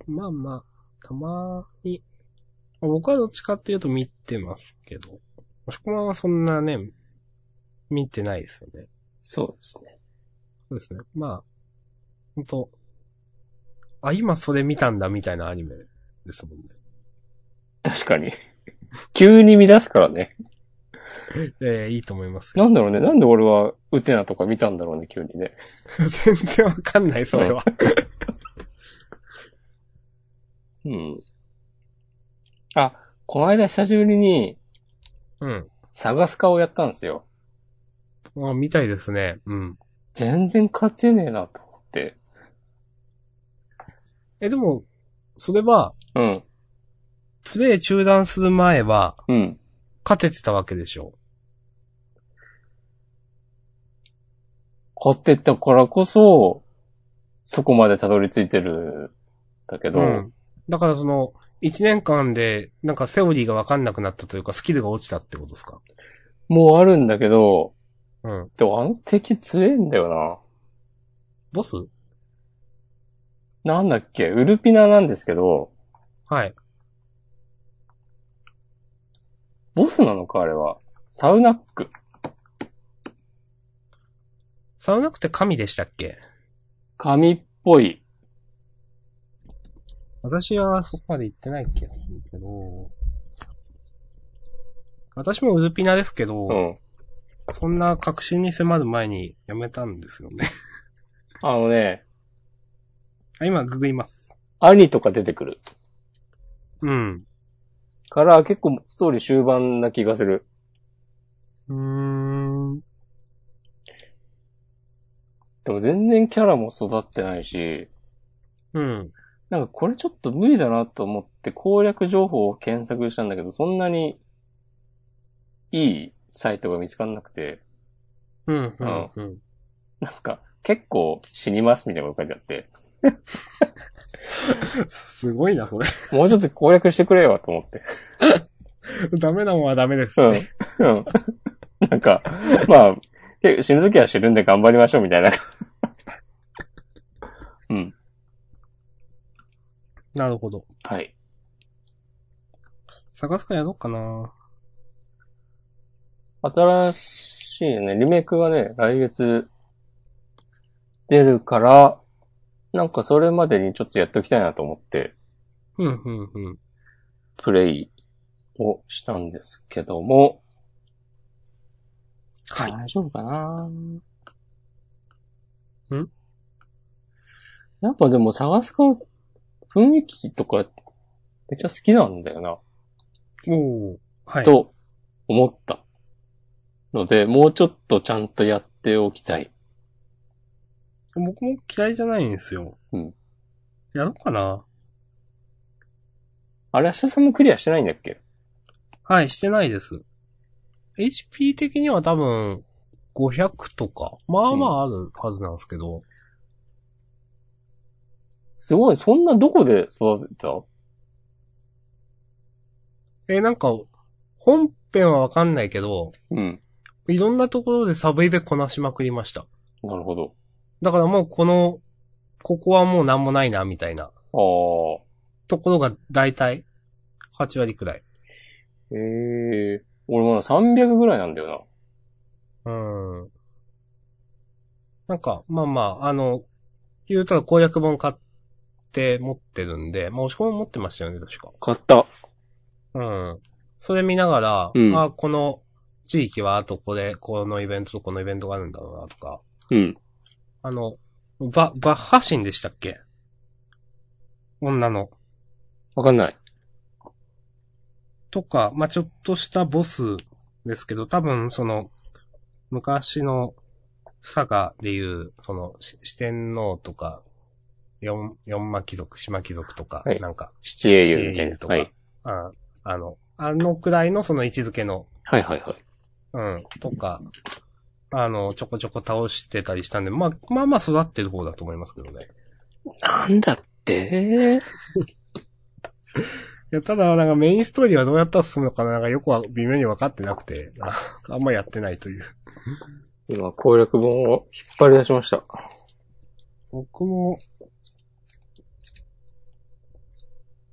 Speaker 1: まあまあ、たまに、僕はどっちかっていうと見てますけど、もしこまんはそんなね、見てないですよね。
Speaker 2: そうですね。
Speaker 1: そうですね。まあ、ほんと、あ、今それ見たんだみたいなアニメですもんね。
Speaker 2: 確かに。 急に見出すからね。
Speaker 1: ええいいと思いますよ
Speaker 2: なんだろうね。なんで俺はウテナとか見たんだろうね、急にね。
Speaker 1: 全然わかんない、それは。
Speaker 2: うん。あ、この間久しぶりに
Speaker 1: うん。
Speaker 2: 探す顔をやったんですよ。
Speaker 1: まあ、みたいですね。うん。
Speaker 2: 全然勝てねえなと思って。
Speaker 1: え、でも、それは、
Speaker 2: うん。
Speaker 1: プレイ中断する前は、
Speaker 2: うん。
Speaker 1: 勝ててたわけでしょ。
Speaker 2: 勝ってたからこそ、そこまでたどり着いてるんだけど、
Speaker 1: ん。だからその、一年間で、なんかセオリーがわかんなくなったというか、スキルが落ちたってことですか
Speaker 2: もうあるんだけど、
Speaker 1: うん。
Speaker 2: でもあの敵強えんだよ
Speaker 1: ボス
Speaker 2: な。なんだっけ、ウルピナなんですけど、
Speaker 1: はい。
Speaker 2: ボスなのかあれは。サウナック。
Speaker 1: サウナクって神でしたっけ
Speaker 2: 神っぽい。
Speaker 1: 私はそこまで行ってない気がするけど、私もウルピナですけど、
Speaker 2: うん。
Speaker 1: そんな確信に迫る前にやめたんですよね。
Speaker 2: あのね、
Speaker 1: あ今、ググります。
Speaker 2: 兄とか出てくる。
Speaker 1: うん。
Speaker 2: から結構ストーリー終盤な気がする。
Speaker 1: うーん。
Speaker 2: でも全然キャラも育ってないし、
Speaker 1: うん。
Speaker 2: なんかこれちょっと無理だなと思って攻略情報を検索したんだけど、そんなにいいサイトが見つからなくて、
Speaker 1: うん。うん。うん。
Speaker 2: なんか結構死にますみたいなこと書いてあって、
Speaker 1: すごいな、それ。
Speaker 2: もうちょっと攻略してくれよと思って。
Speaker 1: ダメなもんはダメです。
Speaker 2: うん。うん。なんか、まあ、え死ぬときは死ぬんで頑張りましょうみたいな。うん。
Speaker 1: なるほど。
Speaker 2: はい。
Speaker 1: 探すかやろうかな。
Speaker 2: 新しいね、リメイクがね、来月出るから、なんかそれまでにちょっとやっときたいなと思って、
Speaker 1: うん、うん、うん。
Speaker 2: プレイをしたんですけども、
Speaker 1: はい。
Speaker 2: 大丈夫かなんやっぱでも探すか、雰囲気とか、めっちゃ好きなんだよな、
Speaker 1: おー。はい。
Speaker 2: と思った。ので、もうちょっとちゃんとやっておきたい。
Speaker 1: 僕も嫌いじゃないんですよ。
Speaker 2: うん。
Speaker 1: やろうかな。
Speaker 2: あれ、明日さんもクリアしてないんだっけ
Speaker 1: はい、してないです。HP 的には多分、500とか、まあまああるはずなんですけど、
Speaker 2: すごい、そんなどこで育てた
Speaker 1: えーなんか、本編はわかんないけど、
Speaker 2: うん。
Speaker 1: いろんなところでサブイベこなしまくりました。
Speaker 2: なるほど。
Speaker 1: だからもうこの、ここはもうなんもないな、みたいな
Speaker 2: あ
Speaker 1: ところが大体、8割くらい。
Speaker 2: あ。へえ。俺まだ300ぐらいなんだよ
Speaker 1: うん。なんか、まあまあ、あの、言うたら攻略本買って持ってるんで、まあ、押し込みも持ってましたよね、確か。
Speaker 2: な。買った。
Speaker 1: うん。それ見ながら、
Speaker 2: うん
Speaker 1: あ、この地域はあとこれ、このイベントとこのイベントがあるんだろうな、とか。
Speaker 2: うん。
Speaker 1: あの、バ、バッハ神でしたっけ女の。
Speaker 2: わかんない。
Speaker 1: とか、まあ、ちょっとしたボスですけど、多分その、昔の佐賀でいう、その、し四天王とか、四、四魔貴族、島貴族とか、
Speaker 2: はい
Speaker 1: なんか、
Speaker 2: 七英雄みた
Speaker 1: 七英
Speaker 2: い
Speaker 1: 雄
Speaker 2: な。
Speaker 1: とか
Speaker 2: はい。
Speaker 1: ああの、あのくらいのその位置づけの、
Speaker 2: はいはいはい。
Speaker 1: うん、とか、あの、ちょこちょこ倒してたりしたんで、まあ、まあまあ育ってる方だと思いますけどね。
Speaker 2: なんだって
Speaker 1: いや、ただ、なんかメインストーリーはどうやったら進むのかななんかよくは微妙に分かってなくて、 ああんまやってないという。
Speaker 2: 今、攻略本を引っ張り出しました。
Speaker 1: 僕も、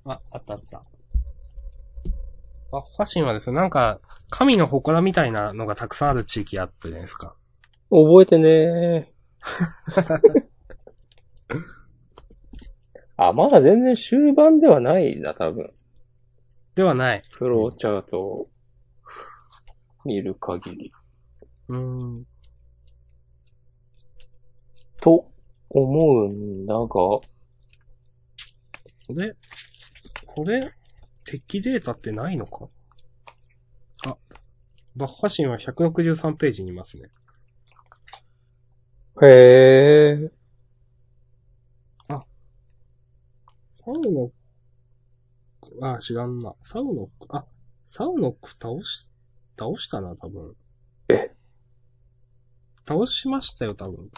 Speaker 1: あ、あったあった。あ、ファシンはですね、なんか、神の祠みたいなのがたくさんある地域あったじゃないですか。
Speaker 2: 覚えてね ー。あ、まだ全然終盤ではないな、多分。
Speaker 1: ではない。
Speaker 2: フローチャートを見る限り。
Speaker 1: うーん。
Speaker 2: と思うんだが、
Speaker 1: これ、これ、敵データってないのかあ、バッハ神は163ページにいますね。
Speaker 2: へー。
Speaker 1: サウノック、あ、知らんな。サウノック、あ、サウノック倒し、倒したな、多分。
Speaker 2: え
Speaker 1: 倒しましたよ、多分。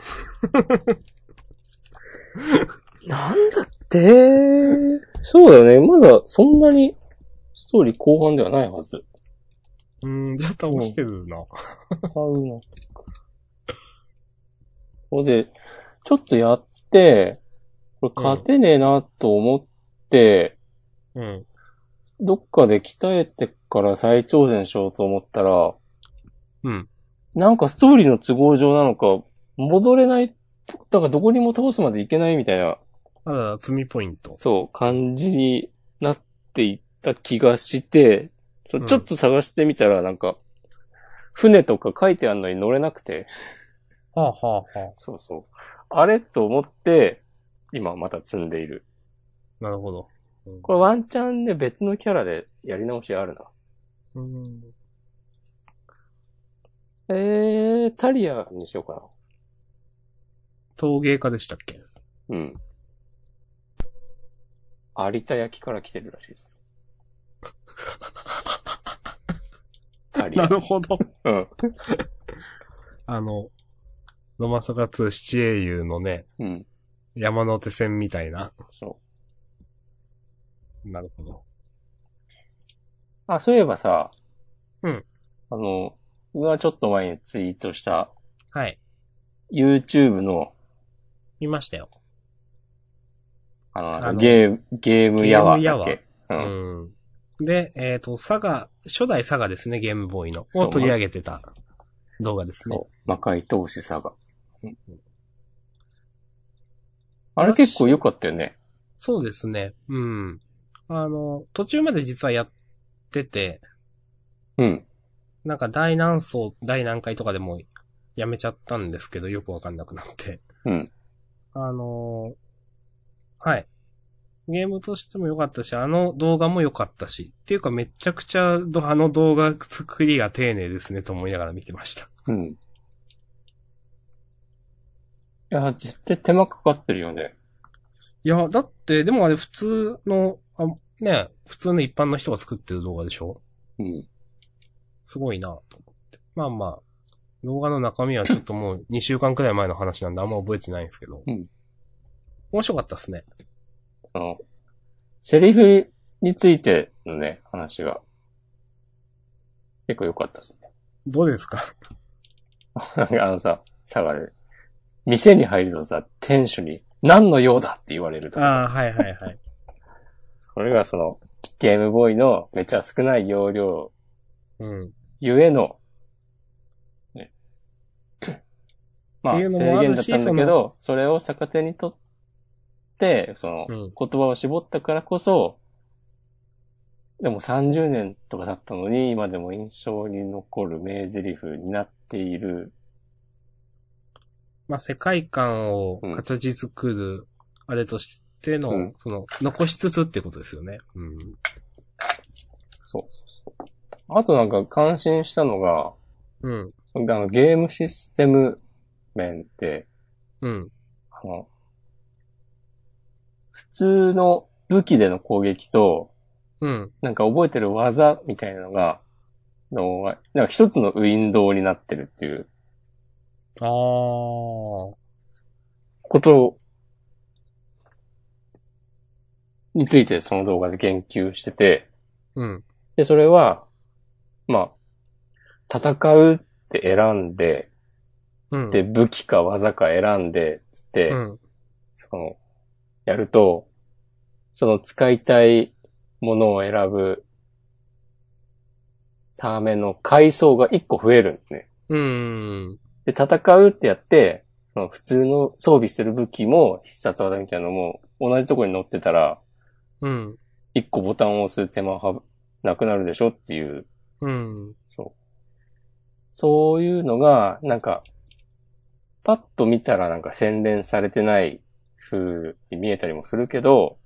Speaker 2: なんだってそうだよね。まだそんなにストーリー後半ではないはず。
Speaker 1: うん、じゃあ倒してるな。
Speaker 2: 買うのか。ほんで、ちょっとやって、これ勝てねえなと思って、
Speaker 1: うん。
Speaker 2: どっかで鍛えてから再挑戦しようと思ったら、
Speaker 1: うん。
Speaker 2: なんかストーリーの都合上なのか、戻れない、だからどこにも倒すまでいけないみたいな、
Speaker 1: あら、罪ポイント。
Speaker 2: そう、感じになっていった気がして、そう
Speaker 1: うん
Speaker 2: ちょっと探してみたら、なんか、船とか書いてあるのに乗れなくて、
Speaker 1: はあ、はあは
Speaker 2: そうそう。あれと思って、今また積んでいる。
Speaker 1: あ、なるほど。うん
Speaker 2: これワンチャンで別のキャラでやり直しあるな。
Speaker 1: うん。
Speaker 2: えー、タリアにしようか
Speaker 1: 陶芸家でしたっけ
Speaker 2: な。うん。有田焼から来てるらしいですよ。 タリ
Speaker 1: な
Speaker 2: ア。
Speaker 1: るほど。
Speaker 2: うん。
Speaker 1: あの、ロマサガ2七英雄のね、
Speaker 2: うん。
Speaker 1: 山手線みたいな。
Speaker 2: そう。
Speaker 1: なるほど。
Speaker 2: あ、そういえばさ。
Speaker 1: うん。
Speaker 2: あの、僕がちょっと前にツイートした
Speaker 1: はい。
Speaker 2: YouTube の、
Speaker 1: 見ましたよ。
Speaker 2: あの、なんか
Speaker 1: あの
Speaker 2: ゲー、ゲームヤワー
Speaker 1: ゲー
Speaker 2: だ
Speaker 1: ム
Speaker 2: っ
Speaker 1: ヤワー
Speaker 2: け。う。
Speaker 1: うんん。で、えっ、と、サガ、初代サガですね、ゲームボーイの。
Speaker 2: そう
Speaker 1: を取り上げてた動画ですね。
Speaker 2: そう。魔界投資差が。あれ結構良かったよね。
Speaker 1: そうですね。うん。あの、途中まで実はやってて、
Speaker 2: うん。
Speaker 1: なんか大何層、大何回とかでもやめちゃったんですけど、よくわかんなくなって。
Speaker 2: うん。
Speaker 1: あのーはい。ゲームとしても良かったし、あの動画も良かったし、っていうかめちゃくちゃどあの動画作りが丁寧ですねと思いながら見てました。
Speaker 2: うん。いや、絶対手間かかってるよね。
Speaker 1: いや、だって、でもあれ普通の、あね、普通の一般の人が作ってる動画でしょ
Speaker 2: うん。
Speaker 1: すごいなと思って。まあまあ、動画の中身はちょっともう2週 間くらい前の話なんであんま覚えてないんですけど。
Speaker 2: うん
Speaker 1: 面白かったっすね。
Speaker 2: あの、セリフについてのね、話が。結構良かったですね。
Speaker 1: どうですか
Speaker 2: なんかあのさ、佐賀で、店に入るとさ、店主に、何の用だって言われるとかさ
Speaker 1: ああ、はいはいはい。
Speaker 2: これがその、ゲームボーイのめちゃ少ない容量
Speaker 1: うん。
Speaker 2: ゆえの、ね。まあ、
Speaker 1: ってい
Speaker 2: 制
Speaker 1: うのもあ
Speaker 2: 限
Speaker 1: る
Speaker 2: だっ
Speaker 1: した
Speaker 2: んだけど、それを逆手にとって、その、
Speaker 1: うん
Speaker 2: 言葉を絞ったからこそ、でも30年とかだったのに、今でも印象に残る名台詞になっている。
Speaker 1: まあ、世界観を形作る、あれとしての、
Speaker 2: うん
Speaker 1: その、残しつつってことですよね。うん。
Speaker 2: そうそうそう。あとなんか感心したのが、
Speaker 1: うん。
Speaker 2: あのゲームシステム面って、
Speaker 1: うん。
Speaker 2: あの、普通の武器での攻撃と、
Speaker 1: うん。
Speaker 2: なんか覚えてる技みたいなのが、のがなんか一つのウィンドウになってるっていう
Speaker 1: ああ。
Speaker 2: ことについてその動画で言及してて、
Speaker 1: うん。
Speaker 2: で、それは、まあ、戦うって選んで、
Speaker 1: うん。
Speaker 2: で、武器か技か選んで、つって、
Speaker 1: うん。
Speaker 2: その、やると、その使いたいものを選ぶための階層が1個増えるんですね。
Speaker 1: うん。
Speaker 2: で、戦うってやって、その普通の装備してる武器も必殺技みたいなのも同じとこに乗ってたら、
Speaker 1: うん。
Speaker 2: 1個ボタンを押す手間はなくなるでしょっていう
Speaker 1: うん。
Speaker 2: そう。そういうのが、なんか、パッと見たらなんか洗練されてない風に見えたりもするけど、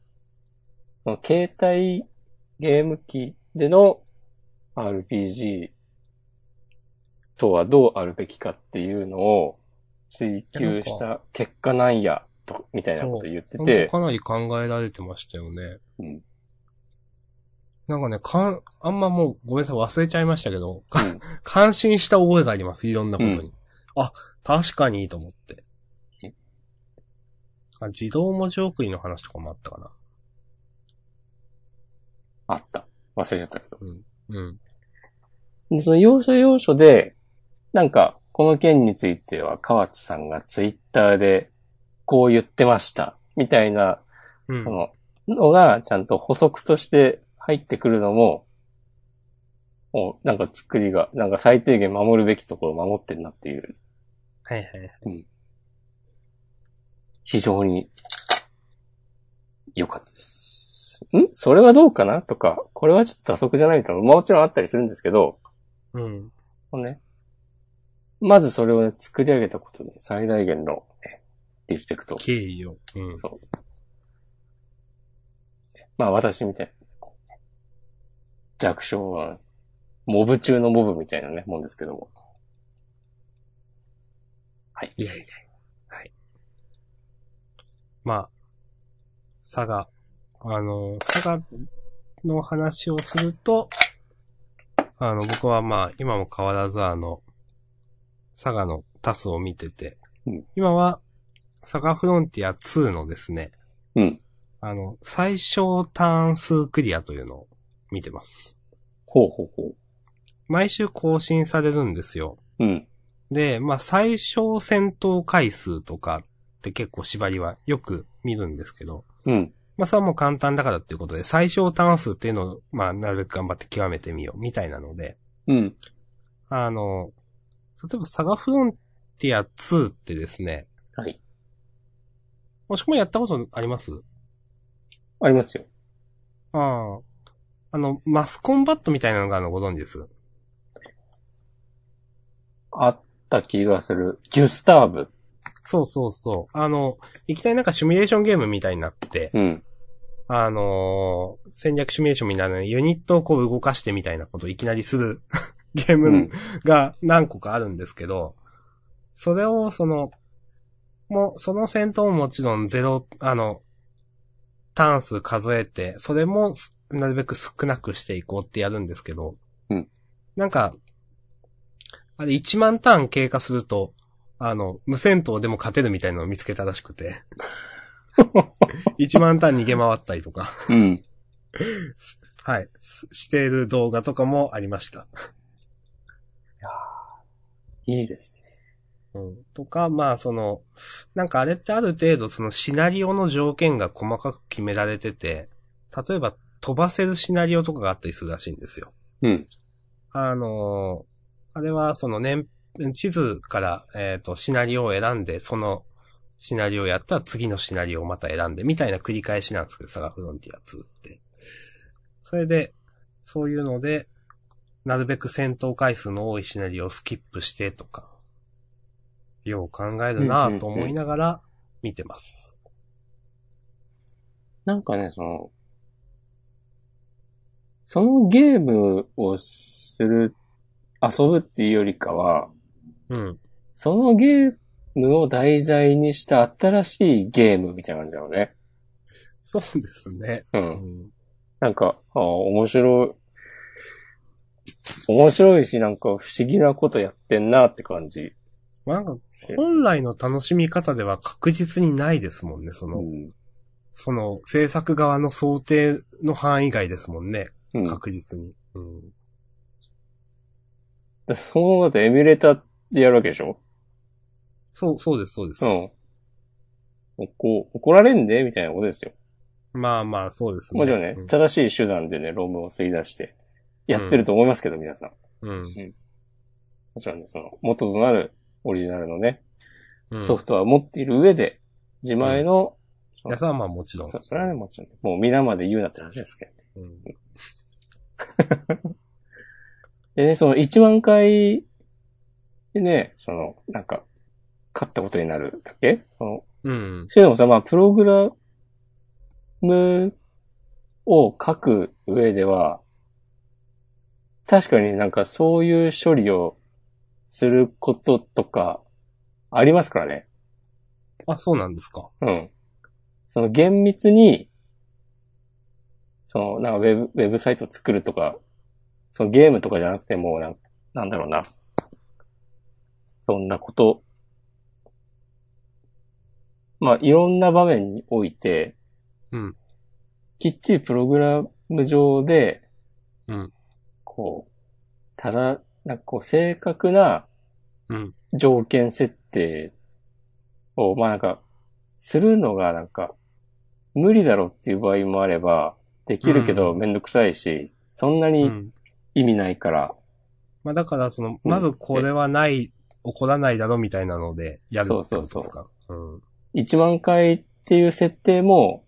Speaker 2: その携帯ゲーム機での RPG とはどうあるべきかっていうのを追求し
Speaker 1: いや
Speaker 2: た結果なんや、とみたいなこと言って
Speaker 1: ほん
Speaker 2: て
Speaker 1: と、かなり考えられてましたよね。
Speaker 2: うん
Speaker 1: なんかね、かん、あんまもうごめんなさい、忘れちゃいましたけど、か
Speaker 2: うん
Speaker 1: 感心した覚えがあります、いろんなことに。あ、確かにと思って
Speaker 2: え。
Speaker 1: あ、自動文字送りの話とかもあったかな。
Speaker 2: あった。忘れちゃったけど。
Speaker 1: うん。
Speaker 2: で、その要所要所で、なんか、この件については河津さんがツイッターでこう言ってました、みたいな、
Speaker 1: うん
Speaker 2: そ。の、のがちゃんと補足として入ってくるのも、もうなんか作りが、なんか最低限守るべきところを守ってんなっていう、
Speaker 1: はいはい。
Speaker 2: 非常に良かったです。んそれはどうかなとか、これはちょっと打足じゃないとか、もちろんあったりするんですけど、
Speaker 1: うん。
Speaker 2: ね。まずそれを、ね、作り上げたことに最大限の、ね、リスペクト。
Speaker 1: 敬意を。うん。
Speaker 2: そう。まあ私みたいな、こうね弱小は、モブ中のモブみたいなね、もんですけども。はい。
Speaker 1: いやいやはい。まあ、佐賀、あの、佐賀の話をすると、あの、僕はまあ、今も変わらずあの、佐賀のタスを見てて、
Speaker 2: うん
Speaker 1: 今は、佐賀フロンティア2のですね、
Speaker 2: うん。
Speaker 1: あの、最小ターン数クリアというのを見てます。
Speaker 2: ほうほうほう。
Speaker 1: 毎週更新されるんですよ。
Speaker 2: うん。
Speaker 1: で、まあ、最小戦闘回数とかって結構縛りはよく見るんですけど、
Speaker 2: うん。
Speaker 1: まあ、それはもう簡単だからっていうことで、最小単数っていうのを、まあ、なるべく頑張って極めてみよう、みたいなので、
Speaker 2: うん。
Speaker 1: あの、例えば、サガフロンティア2ってですね、
Speaker 2: はい。
Speaker 1: もしくもやったことあります
Speaker 2: ありますよ。
Speaker 1: ああ。あの、マスコンバットみたいなのがあるのご存知です。
Speaker 2: あった気がする。ギュスターブ。
Speaker 1: そうそうそう。あの、いきなりなんかシミュレーションゲームみたいになって、
Speaker 2: うん。
Speaker 1: あのー戦略シミュレーションみたいなユニットをこう動かしてみたいなことをいきなりする ゲー
Speaker 2: う
Speaker 1: ム
Speaker 2: ん。
Speaker 1: が何個かあるんですけど、それをその、もうその戦闘ももちろんゼロ、あの、ターン数数えて、それもすなるべく少なくしていこうってやるんですけど、
Speaker 2: うん
Speaker 1: なんか、あれ1万ターン経過すると、あの、無戦闘でも勝てるみたいなのを見つけたらしく て、1万ターン逃げ回ったりとか。
Speaker 2: うん。
Speaker 1: はい。すしている動画とかもありました。
Speaker 2: いいですね。
Speaker 1: うん。とか、まあその、なんかあれってある程度そのシナリオの条件が細かく決められてて、例えば飛ばせるシナリオとかがあったりするらしいんですよ。
Speaker 2: うん。
Speaker 1: あのーあれはその年、地図から、えっ、と、シナリオを選んで、そのシナリオをやったら次のシナリオをまた選んで、みたいな繰り返しなんですけど、サガフロンティア2って。それで、そういうので、なるべく戦闘回数の多いシナリオをスキップしてとか、よう考えるなぁと思いながら見てます。
Speaker 2: なんかね、その、そのゲームをする、遊ぶっていうよりかは、
Speaker 1: うん。
Speaker 2: そのゲームを題材にした新しいゲームみたいな感じだろうね。
Speaker 1: そうですね。
Speaker 2: う。
Speaker 1: うんん。
Speaker 2: なんか、あー面白い、面白いし、なんか不思議なことやってんなって感じ。
Speaker 1: まあなんか、本来の楽しみ方では確実にないですもんね、その、
Speaker 2: うん。
Speaker 1: その、制作側の想定の範囲外ですもんね。
Speaker 2: うん。
Speaker 1: 確実に。うん。
Speaker 2: そのままだとエミュレーターでやるわけでしょ
Speaker 1: そう、そうです、そうです。
Speaker 2: うん。こう、怒られんでみたいなことですよ。
Speaker 1: まあまあ、そうですね。
Speaker 2: もちろんね
Speaker 1: う、
Speaker 2: 正しい手段でね、論文を吸い出して、やってると思いますけど、皆さん。
Speaker 1: うん。
Speaker 2: もちろんね、その、元となるオリジナルのね、
Speaker 1: うん。
Speaker 2: ソフトは持っている上で、自前の、
Speaker 1: いや、それはまあもちろん。
Speaker 2: そそれはね、もちろん、もう皆まで言うなって話ですけどね。
Speaker 1: うん。
Speaker 2: でね、その1万回でね、その、なんか、勝ったことになるだっけその
Speaker 1: うん。
Speaker 2: それでもさ、まあ、プログラムを書く上では、確かになんかそういう処理をすることとか、ありますからね。
Speaker 1: あ、そうなんですか。
Speaker 2: うん。その厳密に、その、なんかウェブ、ウェブサイトを作るとか、そのゲームとかじゃなくてもうなん、なんだろうな。そんなこと。まあ、いろんな場面において、
Speaker 1: うん。
Speaker 2: きっちりプログラム上で、
Speaker 1: うん。
Speaker 2: こう、ただ、なんかこう、正確な、
Speaker 1: うん。
Speaker 2: 条件設定を、まあなんか、するのがなんか、無理だろうっていう場合もあれば、できるけどめんどくさいし、そんな
Speaker 1: う
Speaker 2: に
Speaker 1: ん。
Speaker 2: 意味ないから、
Speaker 1: まあだから、その、まずこれはない、起こらないだろみたいなので、やるってことですか。
Speaker 2: そうそう
Speaker 1: ううん。
Speaker 2: 1万回っていう設定も、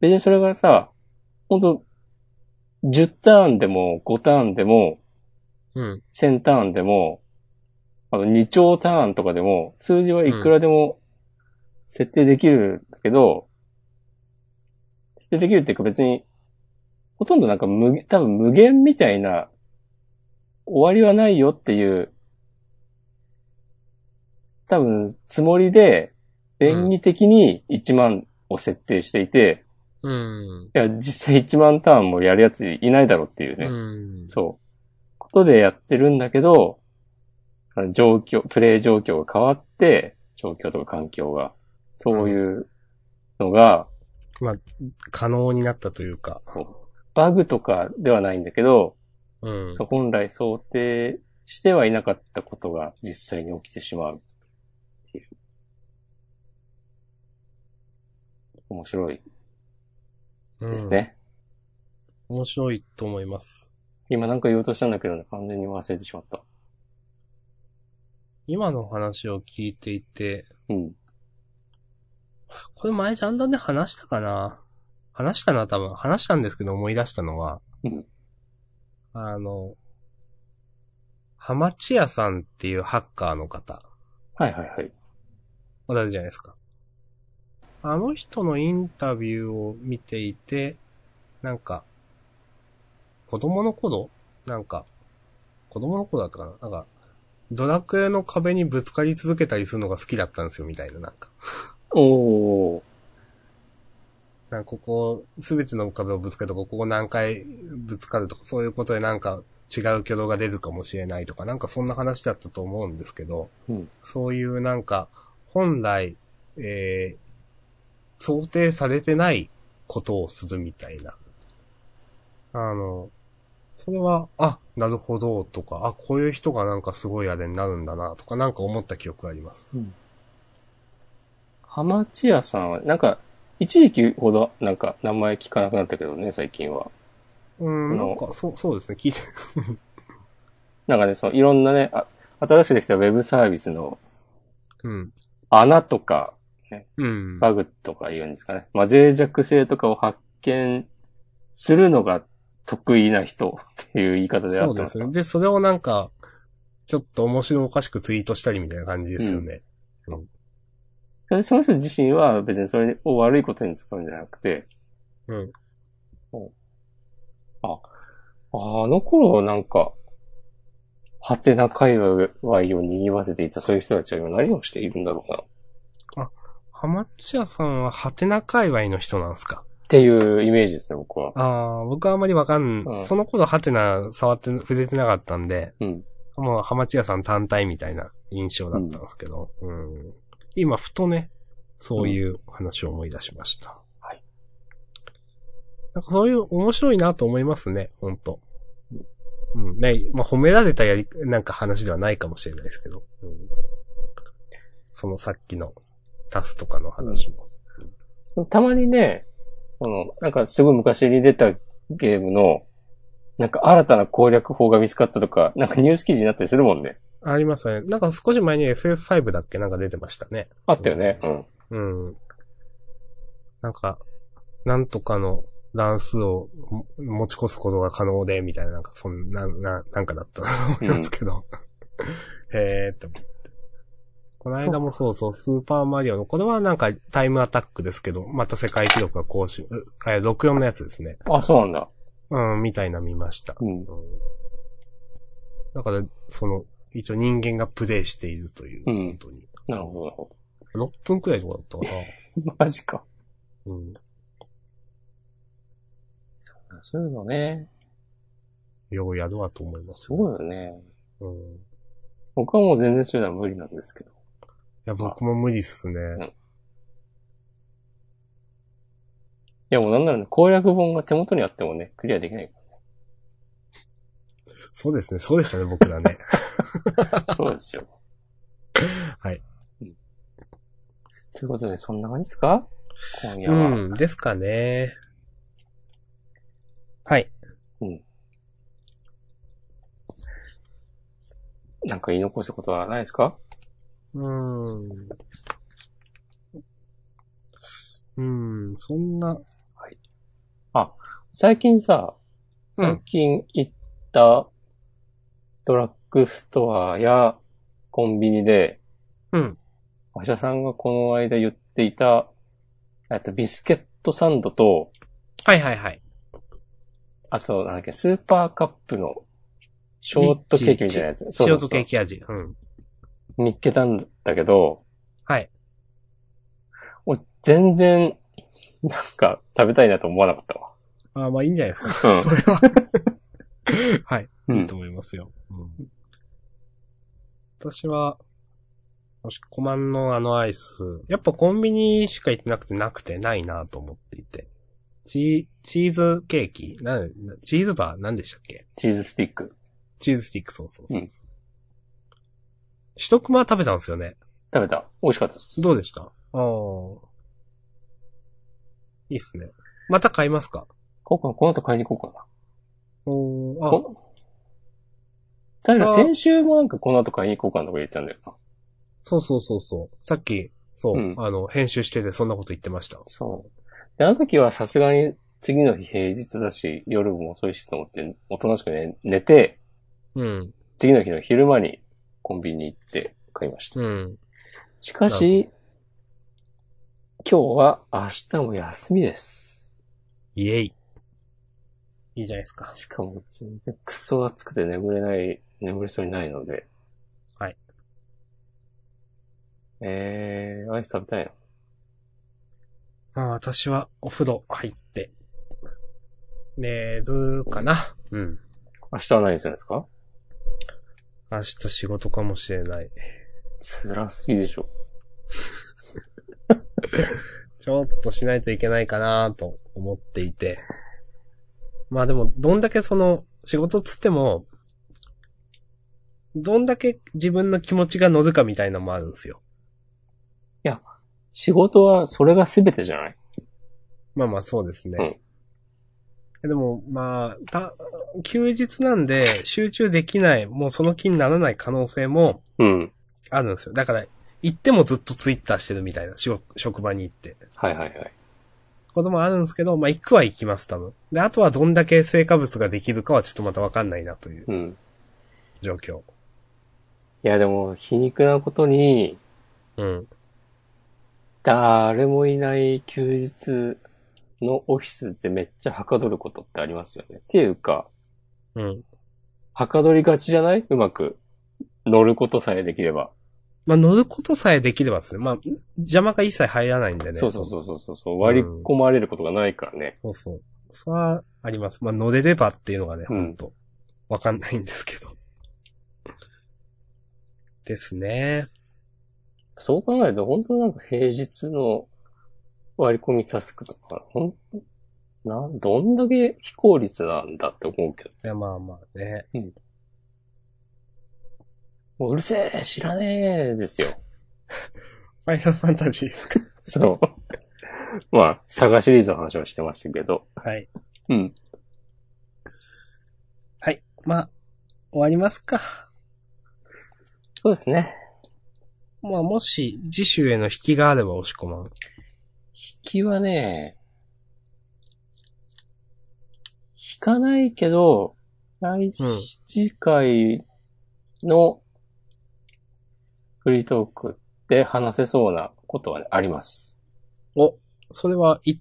Speaker 2: 別にそれがさ、ほんと、10ターンでも5ターンでも
Speaker 1: うん。
Speaker 2: 1000ターンでも、あの2兆ターンとかでも、数字はいくらでも設定できるんだけど、設定できるっていうか別に、ほとんどなんか無限、多分無限みたいな、終わりはないよっていう、多分つもりで、便宜的に1万を設定していて、
Speaker 1: うん。
Speaker 2: いや、実際1万ターンもやるやついないだろうっていうね。
Speaker 1: うん。
Speaker 2: そう。ことでやってるんだけど、あの状況、プレイ状況が変わって、状況とか環境が、そういうのが、
Speaker 1: 可能になったというか。
Speaker 2: バグとかではないんだけど、
Speaker 1: うん。
Speaker 2: そう本来想定してはいなかったことが実際に起きてしまうっていう。面白いですね。
Speaker 1: うん。面白いと思います。
Speaker 2: 今なんか言おうとしたんだけどね、完全に忘れてしまった。
Speaker 1: 今の話を聞いていて、
Speaker 2: うん。
Speaker 1: これ前ジャンダンで話したかな話したな、多分。話したんですけど思い出したのは、
Speaker 2: うん
Speaker 1: あの、ハマチヤさんっていうハッカーの方、
Speaker 2: はいはいはい。
Speaker 1: 同じじゃないですか。あの人のインタビューを見ていて、なんか、子供の頃なんか、子供の頃だったかななんか、ドラクエの壁にぶつかり続けたりするのが好きだったんですよ、みたいな、なんか。
Speaker 2: おー。
Speaker 1: なんかここ、すべての壁をぶつかるとか、ここ何回ぶつかるとか、そういうことでなんか違う挙動が出るかもしれないとか、なんかそんな話だったと思うんですけど、
Speaker 2: うん
Speaker 1: そういうなんか、本来、えー、想定されてないことをするみたいな。あの、それは、あ、なるほど、とか、あ、こういう人がなんかすごいあれになるんだな、とか、なんか思った記憶があります。
Speaker 2: ハマチヤさんは、なんか、一時期ほど、なんか、名前聞かなくなったけどね、最近は。
Speaker 1: うん、なんか、そう、そうですね、聞いて、
Speaker 2: なんかね、その、いろんなね、あ新しくできたウェブサービスの
Speaker 1: うん、
Speaker 2: 穴とか、
Speaker 1: うん。
Speaker 2: バグとか言うんですかね。まあ、脆弱性とかを発見するのが得意な人っていう言い方であ
Speaker 1: そ
Speaker 2: っ
Speaker 1: う
Speaker 2: て
Speaker 1: で
Speaker 2: ます
Speaker 1: す
Speaker 2: か
Speaker 1: ね。で、それをなんか、ちょっと面白おかしくツイートしたりみたいな感じですよね。
Speaker 2: それその人自身は別にそれを悪いことに使うんじゃなくて、
Speaker 1: うん。
Speaker 2: あの頃なんか、ハテナ界隈を賑わせていたそういう人たちは今何をしているんだろうな。
Speaker 1: ハマッチャさんはハテナ界隈の人なんですか
Speaker 2: っていうイメージですね、僕は。
Speaker 1: ああ、僕はあまりわかん、
Speaker 2: うん
Speaker 1: その頃ハテナ触って、触れてなかったんで、
Speaker 2: うん。
Speaker 1: もうハマチヤさん単体みたいな印象だったんですけど、うん今、ふとね、そういう話を思い出しました。
Speaker 2: はい。
Speaker 1: なんかそういう面白いなと思いますね、ほんと。うん、ね、まあ、褒められたやり、なんか話ではないかもしれないですけど。うん、そのさっきの、タスとかの話も。
Speaker 2: たまにね、その、なんかすごい昔に出たゲームの、なんか新たな攻略法が見つかったとか、なんかニュース記事になったりするもんね。
Speaker 1: ありますね。なんか少し前に FF5 だっけなんか出てましたね。
Speaker 2: あったよね。うん。
Speaker 1: うん。なんか、なんとかの乱数をも持ち越すことが可能で、みたいな、なんかそんな、な、なんかだったと思いますけど。 へーって思って。この間もそうそう、スーパーマリオの、これはなんかタイムアタックですけど、また世界記録が更新、うえ64のやつですね。
Speaker 2: あ、 そうなんだ。
Speaker 1: うん、みたいな見ました。
Speaker 2: うん。
Speaker 1: うんだから、その、一応人間がプレイしているという、
Speaker 2: うん
Speaker 1: 本当に。
Speaker 2: なるほど、なるほ
Speaker 1: 6分くらいとかだったかな。
Speaker 2: ど。マジか。
Speaker 1: うん。
Speaker 2: そういうのね、
Speaker 1: ようやるわと思います。
Speaker 2: すごいよね。
Speaker 1: うん。い
Speaker 2: 僕はもう全然そういうのは無理なんですけど。
Speaker 1: や、僕も無理っすね。
Speaker 2: いや、もうなんならね、攻略本が手元にあってもね、クリアできないか
Speaker 1: そうですね、そうでしたね、僕ら ね。
Speaker 2: ら。そうですよ。
Speaker 1: はい
Speaker 2: うん。ということで、そんな感じですか今夜
Speaker 1: う
Speaker 2: は。
Speaker 1: ん、ですかね。はい。
Speaker 2: なんか言い残したことはないですか
Speaker 1: うん。うん、そんな。
Speaker 2: 最近さ、
Speaker 1: うん
Speaker 2: 最近行ったドラッグストアやコンビニで、
Speaker 1: うん。
Speaker 2: お医者さんがこの間言っていた、えっと、ビスケットサンドと、
Speaker 1: はいはいはい。
Speaker 2: あと、なんだっけ、スーパーカップのショートケーキみたいなやつ。
Speaker 1: シ
Speaker 2: そう
Speaker 1: ョ
Speaker 2: そ
Speaker 1: ー
Speaker 2: う
Speaker 1: ト
Speaker 2: そう
Speaker 1: ケーキ味。うん。
Speaker 2: 見っけたんだけど、
Speaker 1: はい。
Speaker 2: 俺、全然、なんか、食べたいなと思わなかったわ。
Speaker 1: あーまあいいんじゃないですか。
Speaker 2: うん
Speaker 1: それは。はい。
Speaker 2: う
Speaker 1: いい
Speaker 2: ん
Speaker 1: と。思いますよ。うん、私は、もしコマンのあのアイス、やっぱコンビニしか行ってなくてなくてないなと思っていて。チー、チーズケーキなん、チーズバーなんでしたっけ
Speaker 2: チーズスティック。
Speaker 1: チーズスティックそうそうそう。
Speaker 2: うん
Speaker 1: 一熊食べたんですよね。
Speaker 2: 食べた。美味しかったです。
Speaker 1: どうでしたああー。いいっすね。また買いますか
Speaker 2: こうかな、この後買いに行こうかな。
Speaker 1: おーあ、
Speaker 2: こ確か先週もなんかこの後買いに行こうかなとか言ってたんだよな。
Speaker 1: そうそうそうそう。さっき、そう、
Speaker 2: うん
Speaker 1: あの、編集しててそんなこと言ってました。
Speaker 2: そう。で、あの時はさすがに次の日平日だし、夜も遅いしと思って、おとなしくね、寝て、
Speaker 1: うん。
Speaker 2: 次の日の昼間にコンビニ行って買いました。
Speaker 1: うん。
Speaker 2: しかし、今日は明日も休みです。
Speaker 1: イエイ。いいじゃないですか。
Speaker 2: しかも全然クソ暑くて眠れない、眠れそうにないので。
Speaker 1: はい。
Speaker 2: えー、アイス食べたいな。
Speaker 1: まあ私はお風呂入って、寝るかな。うん。
Speaker 2: 明日は何するんですか
Speaker 1: 明日仕事かもしれない。
Speaker 2: 辛すぎでしょ。
Speaker 1: ちょっとしないといけないかなと思っていて。まあでも、どんだけその、仕事っつっても、どんだけ自分の気持ちが乗るかみたいなのもあるんですよ。
Speaker 2: 仕事はそれが全てじゃない
Speaker 1: まあまあそうですね。でも、まあ、た、休日なんで集中できない、もうその気にならない可能性も
Speaker 2: うん。
Speaker 1: あるんですよ。だから、行ってもずっとツイッターしてるみたいな、仕事職場に行って。
Speaker 2: はいはいはい。
Speaker 1: こともあるんですけど、まあ行くは行きます、多分。で、あとはどんだけ成果物ができるかはちょっとまたわかんないなという
Speaker 2: うん。
Speaker 1: 状況。
Speaker 2: いやでも、皮肉なことに、
Speaker 1: うん。
Speaker 2: 誰もいない休日のオフィスでめっちゃはかどることってありますよね。っていうか、
Speaker 1: うん。
Speaker 2: はかどりがちじゃないうまく乗ることさえできれば。
Speaker 1: まあ乗ることさえできればですね。まあ、邪魔が一切入らないんでね。
Speaker 2: そうそうそうそうそうそう。割り込まれることがないからね。
Speaker 1: そうそう。それはあります。まあ、乗れればっていうのがね、
Speaker 2: う
Speaker 1: ほ
Speaker 2: ん
Speaker 1: んと、わかんないんですけど。 ですね。
Speaker 2: そう考えると、本当なんか平日の割り込みタスクとか、ほんなん、どんだけ非効率なんだって思うけど。
Speaker 1: いや、まあまあね。
Speaker 2: もううるせえ知らねえ ですよ。
Speaker 1: ファイナルファンタジーですか
Speaker 2: そう。まあ、サガシリーズの話はしてましたけど。
Speaker 1: はい。
Speaker 2: うん。
Speaker 1: はい。まあ、終わりますか。
Speaker 2: そうですね。
Speaker 1: まあ、もし、次週への引きがあれば押し込まん。
Speaker 2: 引きはね、引かないけど、第7回のフリートークで話せそうなことはね、あります。
Speaker 1: お、それは言っ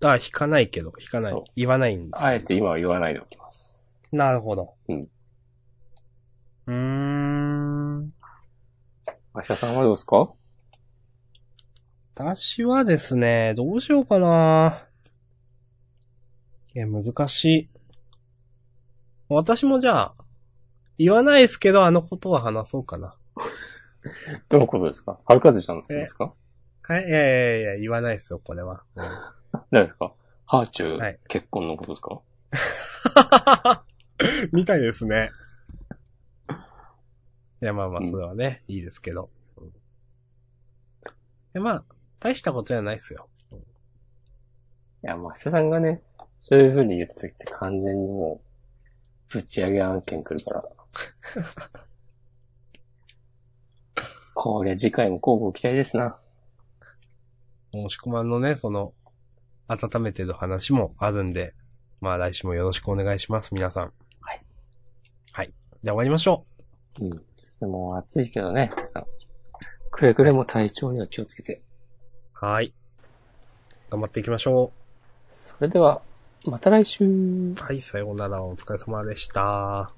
Speaker 1: た、引かないけど、引かない
Speaker 2: そう。
Speaker 1: 言わないんです。
Speaker 2: あえて今は言わないでおきます。
Speaker 1: なるほど。
Speaker 2: うん。
Speaker 1: うーん。
Speaker 2: 明日さんはどうですか
Speaker 1: 私はですね、どうしようかな。いや、難しい。私もじゃあ、言わないですけど、あのことは話そうかな。
Speaker 2: どのことですか春風ちゃんですか
Speaker 1: はい、いやいやいや、言わないですよ、これは。
Speaker 2: 誰ですかハーチュー、
Speaker 1: はい
Speaker 2: 結婚のことですか
Speaker 1: みたいですね。いや、まあまあ、
Speaker 2: うん
Speaker 1: それはね、いいですけど。うんえ、まあ、大したことじゃないですよ。
Speaker 2: いや、まあ、明日さんがね、そういう風に言った時って完全にもう、ぶち上げ案件来る から。こりゃ次回も交互期待ですな。
Speaker 1: もしくまんのね、その、温めてる話もあるんで、まあ来週もよろしくお願いします、皆さん。
Speaker 2: はい。
Speaker 1: はい。じゃあ終わりましょ
Speaker 2: うん。もう暑いけどね、皆さん。くれぐれも体調には気をつけて。
Speaker 1: う。はーい。頑張っていきましょ
Speaker 2: それでは、また来週
Speaker 1: う。。はい、さようなら、お疲れ様でした。